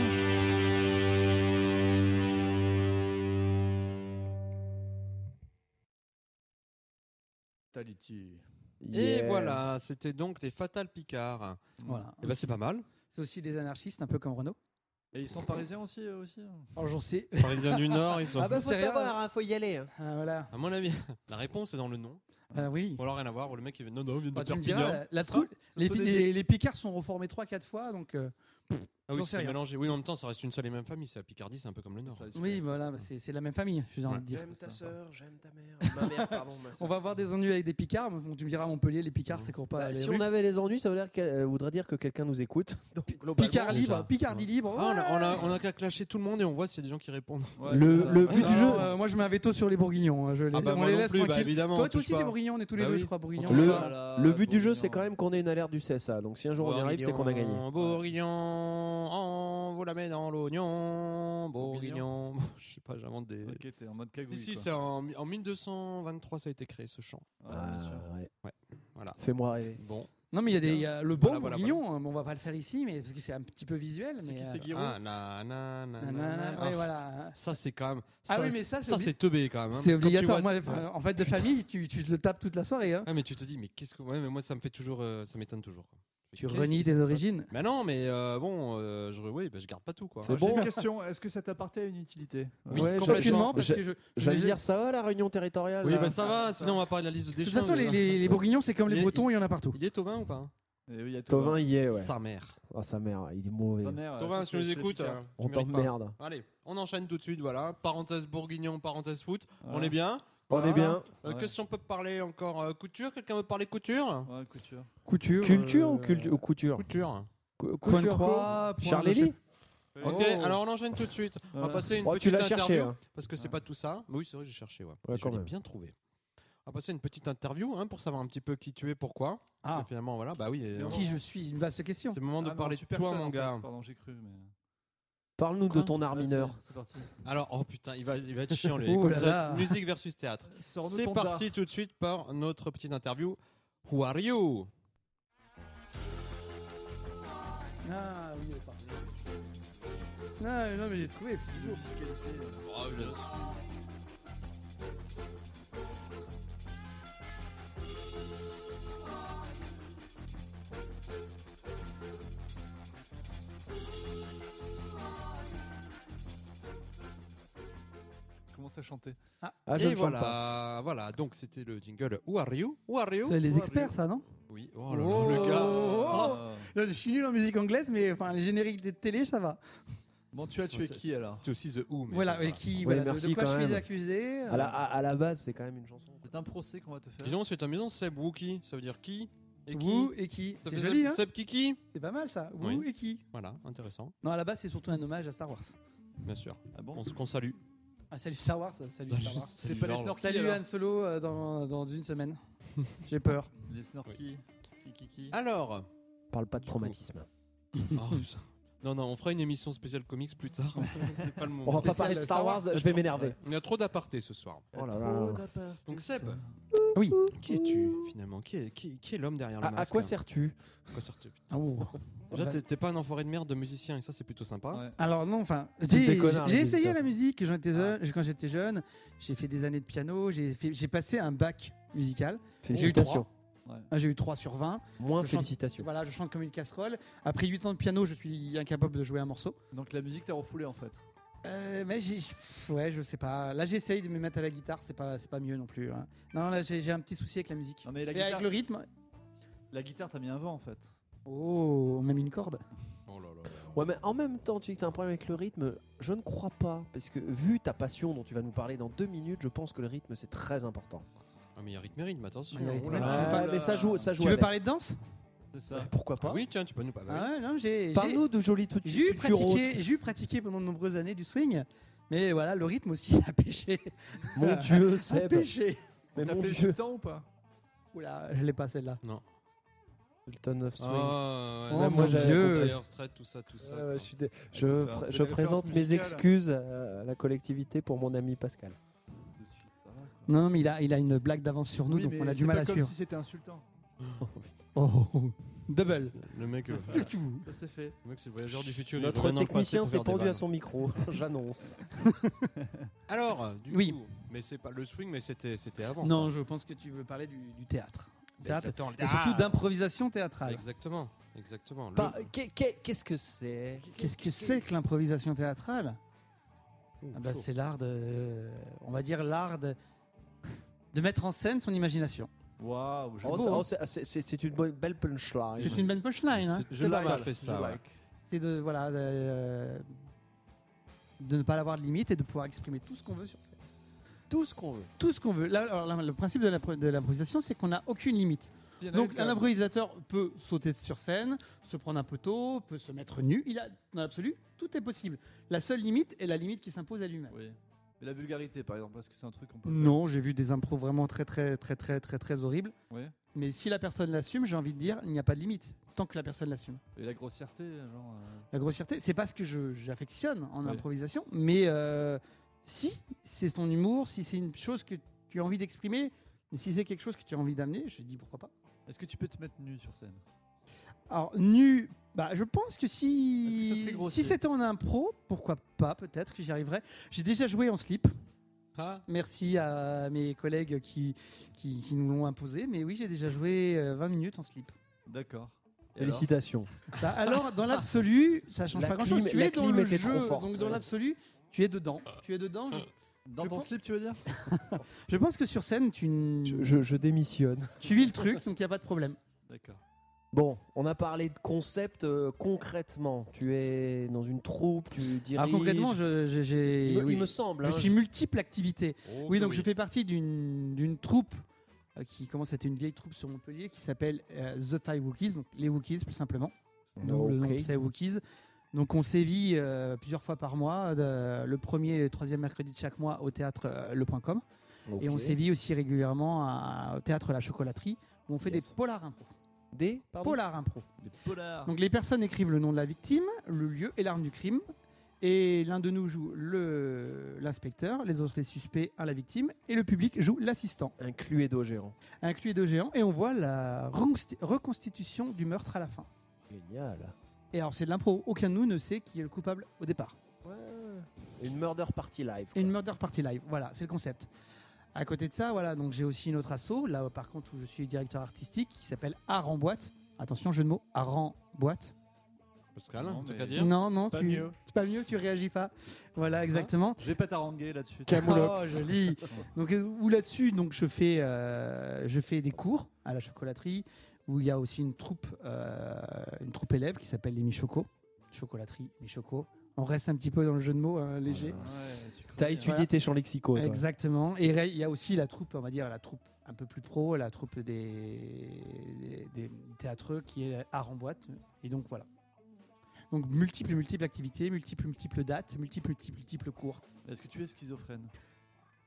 Speaker 4: Taliti.
Speaker 2: Et voilà, c'était donc les Fatal Picard.
Speaker 1: Voilà.
Speaker 2: Et ben c'est pas mal.
Speaker 1: C'est aussi des anarchistes, un peu comme Renault.
Speaker 4: Et ils sont parisiens aussi, eux aussi hein
Speaker 1: Alors j'en sais.
Speaker 2: Parisiens du
Speaker 1: [laughs]
Speaker 2: Nord, ils sont.
Speaker 3: Ah bah faut
Speaker 1: C'est rien.
Speaker 3: savoir, hein, faut y aller. hein.
Speaker 1: Ah, voilà.
Speaker 2: À mon avis, [laughs] la réponse est dans le nom.
Speaker 1: Ah, oui.
Speaker 2: Ou alors rien à voir. Ou le mec il vient. Non, non, il vient de
Speaker 1: Bah, tu me
Speaker 2: Perpignan.
Speaker 1: diras, la- la trou- les,
Speaker 4: sont des-
Speaker 1: les- les Picards sont reformés 3-4 fois, donc euh,
Speaker 2: Ah oui,
Speaker 1: J'en sais
Speaker 2: c'est
Speaker 1: rien.
Speaker 2: mélangé. Oui, en même temps, ça reste une seule et même famille. C'est la Picardie, c'est un peu comme le Nord.
Speaker 4: Ça, c'est-
Speaker 1: Oui, voilà, bah, c'est c'est la même famille, j'ai envie
Speaker 2: Ouais.
Speaker 1: de dire.
Speaker 3: J'aime ta
Speaker 4: ça.
Speaker 3: sœur, j'aime ta mère. Ma mère, pardon, ma [laughs]
Speaker 1: On
Speaker 3: sœur.
Speaker 1: va avoir des ennuis avec des picards. mais bon, tu me diras, Montpellier, les picards,
Speaker 2: Mmh.
Speaker 1: ça court pas.
Speaker 3: Bah,
Speaker 1: les
Speaker 3: si
Speaker 1: rues.
Speaker 3: on avait les ennuis, ça veut dire qu'elle- euh, voudrait dire que quelqu'un nous écoute. Donc, globalement,
Speaker 1: Picard
Speaker 2: déjà.
Speaker 1: libre, Picardie libre.
Speaker 2: Ah, on a- on
Speaker 1: ouais.
Speaker 2: a- on a qu'à clasher tout le monde et on voit s'il y a des gens qui répondent. Ah
Speaker 4: Ouais,
Speaker 3: bah, Le-
Speaker 4: c'est ça.
Speaker 3: le but
Speaker 1: Non,
Speaker 3: du jeu.
Speaker 1: euh, moi je mets un veto sur les bourguignons. hein, je les-
Speaker 2: Ah bah,
Speaker 1: on
Speaker 2: moi
Speaker 1: les
Speaker 2: non
Speaker 1: laisse
Speaker 2: plus, bah,
Speaker 1: tranquilles.
Speaker 2: évidemment, on
Speaker 1: Toi, toi
Speaker 2: touche
Speaker 1: aussi, t'es
Speaker 2: pas.
Speaker 1: bourguignon, on est tous les
Speaker 2: Bah
Speaker 1: deux,
Speaker 2: oui.
Speaker 1: je crois, bourguignons.
Speaker 2: On touche
Speaker 3: Le-
Speaker 4: Ah
Speaker 2: pas à la
Speaker 3: Le but du jeu, c'est
Speaker 2: Bourguignon.
Speaker 3: quand même qu'on ait une alerte du CSA. Donc si un jour on y arrive, c'est qu'on a gagné.
Speaker 2: Bourguignon, on vous la met dans l'oignon. Bourguignon. [laughs] Je sais pas, j'invente des.
Speaker 4: Ok, t'es en mode cagouille.
Speaker 2: Ici,
Speaker 4: quoi.
Speaker 2: c'est en, en 1223, ça a été créé ce chant.
Speaker 4: Ah, bien sûr.
Speaker 3: Ah, ouais.
Speaker 2: Voilà.
Speaker 3: Fais-moi rêver.
Speaker 2: Bon.
Speaker 1: Non, mais il y a, des, il y a le bon
Speaker 2: Voilà, voilà,
Speaker 1: bourguignon. hein, bon, on va pas le faire ici, mais parce que c'est un petit peu visuel.
Speaker 4: C'est
Speaker 1: Mais,
Speaker 4: qui, c'est
Speaker 1: euh,
Speaker 4: Guiraud
Speaker 2: Ah, na, na, na, na,
Speaker 1: nanana,
Speaker 2: na.
Speaker 1: ouais,
Speaker 2: Ah,
Speaker 1: voilà.
Speaker 2: Ça, c'est quand même.
Speaker 1: Ah oui, mais ça, c'est
Speaker 2: ça,
Speaker 1: obli-
Speaker 2: c'est teubé quand même. hein.
Speaker 1: C'est
Speaker 2: Quand tu
Speaker 1: obligatoire.
Speaker 2: vois-
Speaker 1: Moi, enfin, en fait, de famille, tu, tu le tapes toute la soirée. hein.
Speaker 2: Ah, mais tu te dis, mais qu'est-ce que. Ouais, mais moi, ça me fait toujours. euh, ça m'étonne toujours. quoi.
Speaker 1: Tu
Speaker 2: Qu'est-ce
Speaker 1: renies
Speaker 2: qui
Speaker 1: tes
Speaker 2: se passe
Speaker 1: origines.
Speaker 2: Bah non, mais euh, bon, euh, je, oui, bah, je garde pas tout quoi.
Speaker 3: C'est
Speaker 4: J'ai
Speaker 3: bon.
Speaker 4: une question. Est-ce que cet aparté a une utilité
Speaker 2: Oui,
Speaker 3: Ouais,
Speaker 2: complètement.
Speaker 1: Aucunement, parce
Speaker 3: Je-
Speaker 1: que je-
Speaker 3: J'allais
Speaker 1: je-
Speaker 3: dire ça va la réunion territoriale
Speaker 2: Oui,
Speaker 3: là
Speaker 2: bah ça va,
Speaker 4: Ah,
Speaker 2: sinon on va parler de la liste de
Speaker 1: De
Speaker 2: déchets.
Speaker 1: toute façon,
Speaker 2: mais-
Speaker 1: les, les- les bourguignons, c'est comme
Speaker 2: Il
Speaker 1: les
Speaker 2: est-
Speaker 1: bretons, il y en a partout.
Speaker 2: Il est Tauvin ou pas hein
Speaker 4: Eh oui, il y a
Speaker 3: Tovin y est, ouais.
Speaker 2: Sa mère.
Speaker 3: Oh, sa mère, il est mauvais.
Speaker 4: Ta mère,
Speaker 2: Tauvin,
Speaker 4: Ah, ça,
Speaker 2: si tu nous
Speaker 4: c'est- c'est
Speaker 2: écoutes,
Speaker 4: Picard.
Speaker 2: euh,
Speaker 3: On
Speaker 2: tu mérites pas.
Speaker 3: t'emmerde.
Speaker 2: Allez, on enchaîne tout de suite, voilà. Parenthèse bourguignon, parenthèse foot. On
Speaker 4: Ouais.
Speaker 2: est bien.
Speaker 3: On est bien.
Speaker 2: Euh,
Speaker 4: Ouais.
Speaker 2: Qu'est-ce qu'on peut parler encore Euh, Couture Quelqu'un veut parler couture
Speaker 4: Ouais, couture.
Speaker 1: Couture.
Speaker 3: Culture
Speaker 1: euh,
Speaker 3: ou, cultu- ou couture
Speaker 2: Couture.
Speaker 3: Cou-
Speaker 1: Point de
Speaker 3: Couture quoi
Speaker 1: croix. point de-
Speaker 3: Charlélie
Speaker 2: Ok,
Speaker 1: Oh.
Speaker 2: alors on enchaîne tout de suite. On va
Speaker 4: Voilà.
Speaker 2: passer une
Speaker 3: Oh,
Speaker 2: petite
Speaker 3: Tu l'as
Speaker 2: interview.
Speaker 3: cherché. hein.
Speaker 2: Parce que c'est
Speaker 4: Ouais.
Speaker 2: pas tout ça. Mais oui, c'est vrai, j'ai cherché. Ouais.
Speaker 3: Ouais,
Speaker 2: Et je
Speaker 3: quand
Speaker 2: l'ai
Speaker 3: même.
Speaker 2: bien trouvé. On va passer une petite interview hein, pour savoir un petit peu qui tu es, pourquoi.
Speaker 1: Ah.
Speaker 2: Parce que finalement, voilà. Bah oui, euh,
Speaker 1: Qui je suis Une vaste question.
Speaker 2: c'est le moment de
Speaker 4: Ah,
Speaker 2: parler de
Speaker 4: non, tu
Speaker 2: toi,
Speaker 4: personne,
Speaker 2: mon
Speaker 4: en fait.
Speaker 2: gars.
Speaker 4: Pardon, j'ai cru. Mais...
Speaker 3: Parle-nous de
Speaker 2: Quoi
Speaker 3: ton art
Speaker 4: Ouais,
Speaker 3: mineur.
Speaker 4: c'est- C'est parti.
Speaker 2: Alors, oh putain, il va, il va être chiant, lui.
Speaker 1: Oh
Speaker 2: Comme
Speaker 1: là
Speaker 2: ça,
Speaker 1: là.
Speaker 2: Musique versus théâtre.
Speaker 4: Sors-nous
Speaker 2: C'est
Speaker 4: ton
Speaker 2: parti tout de suite par notre petite interview. Who are you
Speaker 1: Ah oui, elle est parfaite. Non, non, mais j'ai trouvé, c'est toujours petite qualité.
Speaker 4: dard. Commence à chanter.
Speaker 3: Ah, je
Speaker 2: Et
Speaker 3: ne chante pas.
Speaker 2: voilà, voilà. Donc c'était le jingle Who are you Who are you
Speaker 1: C'est les
Speaker 2: Who are
Speaker 1: experts,
Speaker 2: you
Speaker 1: ça, non
Speaker 2: Oui. Oh là là,
Speaker 1: Oh.
Speaker 2: le gars.
Speaker 1: Oh.
Speaker 4: Ah.
Speaker 1: Je suis nul en musique anglaise, mais enfin, les génériques des télé, ça va.
Speaker 4: Bon, tu as tué
Speaker 2: c'est-
Speaker 4: qui alors
Speaker 2: C'était aussi The Who. Mais
Speaker 1: voilà,
Speaker 2: bon,
Speaker 1: et qui,
Speaker 3: Ouais,
Speaker 1: voilà, de- de
Speaker 3: merci,
Speaker 1: quoi
Speaker 3: quand
Speaker 1: je suis
Speaker 3: même.
Speaker 1: accusé. euh,
Speaker 3: À la, à- à la base, c'est quand même une chanson.
Speaker 4: C'est un procès qu'on va te faire.
Speaker 2: Dis donc, c'est amusant, Seb Wookie. Ça veut dire qui Et qui
Speaker 1: vous et qui
Speaker 2: Ça
Speaker 1: C'est
Speaker 2: faisait
Speaker 1: joli, hein
Speaker 2: Seb Kiki
Speaker 1: C'est pas mal, ça. Vous
Speaker 2: Oui.
Speaker 1: et qui
Speaker 2: Voilà, intéressant,
Speaker 1: Non, à la base, c'est surtout un hommage à Star Wars.
Speaker 2: bien sûr.
Speaker 4: Ah bon
Speaker 2: On se qu'on salue.
Speaker 1: Ah, salut Star Wars, salut Star Wars.
Speaker 2: Salut,
Speaker 4: pas les
Speaker 2: Georges.
Speaker 4: snorkels.
Speaker 1: Salut
Speaker 4: alors
Speaker 1: Han Solo euh, dans, dans une [laughs] semaine. J'ai peur.
Speaker 4: Les snorkies. Qui, qui, qui
Speaker 2: Alors,
Speaker 3: Parle pas de traumatisme.
Speaker 2: Oh, putain. non, non, on fera une émission spéciale comics plus tard. c'est pas le
Speaker 3: On va
Speaker 2: moment.
Speaker 3: pas
Speaker 1: spécial
Speaker 3: parler de Star
Speaker 1: Star
Speaker 3: Wars,
Speaker 1: Wars,
Speaker 3: je vais m'énerver.
Speaker 2: Il y a trop d'apartés ce soir.
Speaker 3: Oh là
Speaker 4: Trop
Speaker 3: là.
Speaker 4: d'appart.
Speaker 2: Donc Seb,
Speaker 1: Oui.
Speaker 2: qui es-tu finalement qui est, qui, qui est l'homme derrière le
Speaker 3: À, à
Speaker 2: masque hein.
Speaker 3: quoi sers-tu
Speaker 2: À quoi sers-tu
Speaker 1: Oh.
Speaker 2: Déjà, t'es- t'es pas un enfoiré de merde de musicien et ça, c'est plutôt sympa.
Speaker 4: Ouais.
Speaker 1: Alors non, enfin,
Speaker 3: des
Speaker 1: j'ai
Speaker 3: connards,
Speaker 1: j'ai
Speaker 3: les
Speaker 1: essayé
Speaker 3: musiciens.
Speaker 1: la musique quand j'étais jeune- quand j'étais jeune. J'ai fait des années de piano. J'ai fait- j'ai passé un bac musical.
Speaker 3: Félicitations.
Speaker 1: Ah, J'ai eu 3 sur 20.
Speaker 3: Moins
Speaker 1: Je chante.
Speaker 3: félicitations.
Speaker 1: Voilà, je chante comme une casserole. Après 8 ans de piano, je suis incapable de jouer un morceau.
Speaker 4: Donc la musique t'a refoulé en fait.
Speaker 1: Euh, mais j'ai- ouais, je sais pas. Là, j'essaye de me mettre à la guitare. C'est pas, c'est pas mieux non plus. hein. Non, là, j'ai j'ai un petit souci avec la musique.
Speaker 4: Non mais la
Speaker 1: Et avec
Speaker 4: guitare,
Speaker 1: le rythme.
Speaker 4: la guitare t'a mis un vent en fait.
Speaker 1: Oh, même une corde.
Speaker 2: Oh là là.
Speaker 3: Ouais, mais en même temps, tu dis que t'as un problème avec le rythme, je ne crois pas. Parce que vu ta passion dont tu vas nous parler dans deux minutes, je pense que le rythme c'est très important.
Speaker 2: Ah, mais il y a rythme et rythme, attention.
Speaker 1: Il y a rythme et
Speaker 2: Oh là
Speaker 1: rythme.
Speaker 2: là.
Speaker 1: je sais pas,
Speaker 3: Ouais, mais ça joue, ça joue.
Speaker 1: Tu veux
Speaker 3: avec.
Speaker 1: parler de danse
Speaker 4: C'est ça.
Speaker 3: Ouais, Pourquoi pas
Speaker 2: Ah oui, tiens, tu peux nous parler.
Speaker 1: Ah ouais, non, j'ai. j'ai-
Speaker 3: Parle-nous de jolis tout
Speaker 1: J'ai eu,
Speaker 3: tu roses.
Speaker 1: pratiqué, j'ai eu pratiqué pendant de nombreuses années du swing, mais voilà, le rythme aussi [laughs] a pêché.
Speaker 3: Mon Dieu,
Speaker 1: A
Speaker 3: Seb.
Speaker 1: pêché.
Speaker 3: Mais
Speaker 4: T'as
Speaker 3: mon
Speaker 4: appelé
Speaker 3: Dieu.
Speaker 4: le temps ou pas
Speaker 1: Oula, je l'ai pas celle-là.
Speaker 3: Sultan of Swing.
Speaker 2: Ah, ouais.
Speaker 1: Oh,
Speaker 2: Ouais,
Speaker 1: mon
Speaker 2: moi, j'avais
Speaker 1: Dieu.
Speaker 2: compris Dire Strait, tout ça, tout ça.
Speaker 3: Ouais, ouais,
Speaker 2: quoi.
Speaker 3: je suis dé- je pr-
Speaker 4: t'as un peu
Speaker 3: je présente
Speaker 4: des références
Speaker 3: mes
Speaker 4: musicales.
Speaker 3: excuses à la collectivité pour mon ami Pascal.
Speaker 4: Ça va, quoi.
Speaker 1: Non, mais il a, il a une blague d'avance sur nous,
Speaker 4: Oui,
Speaker 1: donc
Speaker 4: mais
Speaker 1: on
Speaker 4: c'est
Speaker 1: a du mal
Speaker 4: pas
Speaker 1: à
Speaker 4: comme
Speaker 1: suivre.
Speaker 4: si c'était insultant.
Speaker 1: Oh, double.
Speaker 2: Le mec, euh,
Speaker 1: Tout, tout.
Speaker 4: Ça c'est fait.
Speaker 2: le mec, c'est le voyageur du futur. il
Speaker 3: Notre
Speaker 2: revient dans le
Speaker 3: technicien
Speaker 2: passé
Speaker 3: s'est
Speaker 2: pour faire des
Speaker 3: pendu à
Speaker 2: vannes.
Speaker 3: son micro, [laughs] j'annonce.
Speaker 2: Alors, du
Speaker 1: Oui.
Speaker 2: coup, mais c'est pas le swing, mais c'était c'était avant.
Speaker 1: Non, je pense que tu veux parler du, du théâtre.
Speaker 2: Ben, ça.
Speaker 1: Théâtre.
Speaker 2: Exactement, le
Speaker 1: Et surtout
Speaker 2: théâtre.
Speaker 1: d'improvisation théâtrale.
Speaker 2: Exactement, exactement. Le-
Speaker 3: Pas- qu'est- qu'est- Qu'est-ce que c'est
Speaker 1: Qu'est-ce que c'est que l'improvisation théâtrale
Speaker 2: Oh,
Speaker 1: Ah bah,
Speaker 2: chaud.
Speaker 1: C'est l'art de. on va dire l'art de, de mettre en scène son imagination.
Speaker 4: Waouh, j'aime
Speaker 3: Oh,
Speaker 4: beaucoup.
Speaker 3: ça- oh, c'est- C'est c'est une bonne- belle punchline.
Speaker 1: C'est une bonne punchline. hein.
Speaker 2: Ah, C'est- je
Speaker 3: c'est
Speaker 2: l'ai
Speaker 3: pas
Speaker 2: pas
Speaker 3: mal,
Speaker 2: fait ça. ouais.
Speaker 1: C'est de, voilà, euh, de ne pas avoir de limite et de pouvoir exprimer tout ce qu'on veut sur scène.
Speaker 3: Tout ce qu'on veut.
Speaker 1: Tout ce qu'on veut. Là, alors, là, le principe de l'impro- de l'improvisation, c'est qu'on n'a aucune limite. Donc un improvisateur peut sauter sur scène, se prendre un poteau, peut se mettre nu. Il a, dans l'absolu, tout est possible. La seule limite est la limite qui s'impose à lui-même.
Speaker 4: Oui. Mais la vulgarité, par exemple, est-ce que c'est un truc qu'on peut
Speaker 1: Non, j'ai vu des impros vraiment très très très très très très horribles.
Speaker 4: Ouais.
Speaker 1: Mais si la personne l'assume, j'ai envie de dire, il n'y a pas de limite tant que la personne l'assume.
Speaker 4: faire Et la grossièreté, genre. euh,
Speaker 1: La grossièreté, c'est pas ce que je- j'affectionne en
Speaker 4: Ouais.
Speaker 1: improvisation, mais euh, si c'est ton humour, si c'est une chose que tu as envie d'exprimer, mais si c'est quelque chose que tu as envie d'amener, je dis pourquoi pas.
Speaker 4: Est-ce que tu peux te mettre nu sur scène
Speaker 1: Alors, nu, bah, je pense que
Speaker 4: Est-ce que ça
Speaker 1: si,
Speaker 4: serait grossier
Speaker 1: si c'était en impro, pourquoi pas, peut-être que j'y arriverais. J'ai déjà joué en slip.
Speaker 2: Ah,
Speaker 1: Merci à mes collègues qui, qui, qui nous l'ont imposé, mais oui, j'ai déjà joué euh, 20 minutes en slip.
Speaker 4: D'accord. Et alors
Speaker 3: Félicitations.
Speaker 1: Bah,
Speaker 4: [laughs]
Speaker 1: alors, dans l'absolu, ça change
Speaker 3: La
Speaker 1: pas
Speaker 3: clim-
Speaker 1: grand-chose. Tu
Speaker 3: la
Speaker 1: es dans
Speaker 3: clim
Speaker 1: le
Speaker 3: était
Speaker 1: jeu,
Speaker 3: trop forte.
Speaker 1: donc dans
Speaker 3: Ouais.
Speaker 1: l'absolu, tu es dedans. Tu es dedans. Je,
Speaker 4: Dans
Speaker 1: Je
Speaker 4: ton
Speaker 1: pense-
Speaker 4: slip, tu veux dire
Speaker 1: je pense que sur scène, tu, n-
Speaker 3: Je, je- je démissionne.
Speaker 1: tu vis le truc, donc il n'y a pas de problème.
Speaker 4: D'accord.
Speaker 3: Bon, on a parlé de concept euh, concrètement. Tu es dans une troupe, tu diriges.
Speaker 1: Alors, concrètement, je, je- j'ai-
Speaker 3: il, me, il
Speaker 1: oui.
Speaker 3: me semble.
Speaker 1: je
Speaker 3: hein,
Speaker 1: suis multiple activité.
Speaker 2: oh
Speaker 1: Oui,
Speaker 2: que
Speaker 1: donc je fais partie d'une d'une troupe euh, qui commence à être une vieille troupe sur Montpellier qui s'appelle euh, The Five Wookies, donc les Wookies plus simplement. Donc,
Speaker 3: Ok.
Speaker 1: Le nom c'est Wookies. Donc on sévit euh, plusieurs fois par mois, euh, de- le premier et le troisième mercredi de chaque mois au théâtre euh, Le.com.
Speaker 3: Ok.
Speaker 1: Et on sévit aussi régulièrement à- au théâtre La Chocolaterie où on fait
Speaker 3: Yes. Ah
Speaker 1: des polars impro.
Speaker 3: Des pardon
Speaker 1: Polars impro.
Speaker 4: Des polars.
Speaker 1: Donc les personnes écrivent le nom de la victime, le lieu et l'arme du crime. Et l'un de nous joue le- l'inspecteur, les autres les suspects à la victime, et le public joue l'assistant.
Speaker 3: Un cluedo géant.
Speaker 1: Inclus deux géants, et on voit la reconsti- reconstitution du meurtre à la fin.
Speaker 3: Génial.
Speaker 1: Et alors c'est de l'impro, aucun de nous ne sait qui est le coupable au départ.
Speaker 3: Ouais. Une murder party live.
Speaker 1: Et
Speaker 3: quoi.
Speaker 1: une murder party live, voilà, c'est le concept. À côté de ça, voilà, donc j'ai aussi une autre asso, là par contre où je suis directeur artistique, qui s'appelle Art en boîte. Attention, jeu de mots, Art en boîte.
Speaker 2: Pascal,
Speaker 4: Non,
Speaker 2: un truc
Speaker 4: mais-
Speaker 2: à
Speaker 1: [laughs]
Speaker 2: dire
Speaker 1: Non, non,
Speaker 4: Pas
Speaker 1: tu-
Speaker 4: mieux. Ah.
Speaker 1: c'est pas mieux, tu réagis pas. Voilà, exactement.
Speaker 4: Je vais pas t'arranger là-dessus.
Speaker 1: Oh, joli. Donc euh, où là-dessus, donc je fais, euh, je fais des cours à la chocolaterie où il y a aussi une troupe, euh, une troupe élève qui s'appelle les Michocos. Chocolaterie, Michocos. On reste un petit peu dans le jeu de mots hein, léger.
Speaker 4: Ouais, sucré.
Speaker 3: T'as étudié
Speaker 1: Voilà.
Speaker 3: tes champs lexicaux. toi.
Speaker 1: Exactement. Et ré- il y a aussi la troupe, on va dire la troupe un peu plus pro, la troupe des, des, des théâtreux qui est art en boîte. Et donc voilà. Donc multiples, multiples activités, multiples, multiples dates, multiples, multiples, multiples cours.
Speaker 4: Est-ce que tu es schizophrène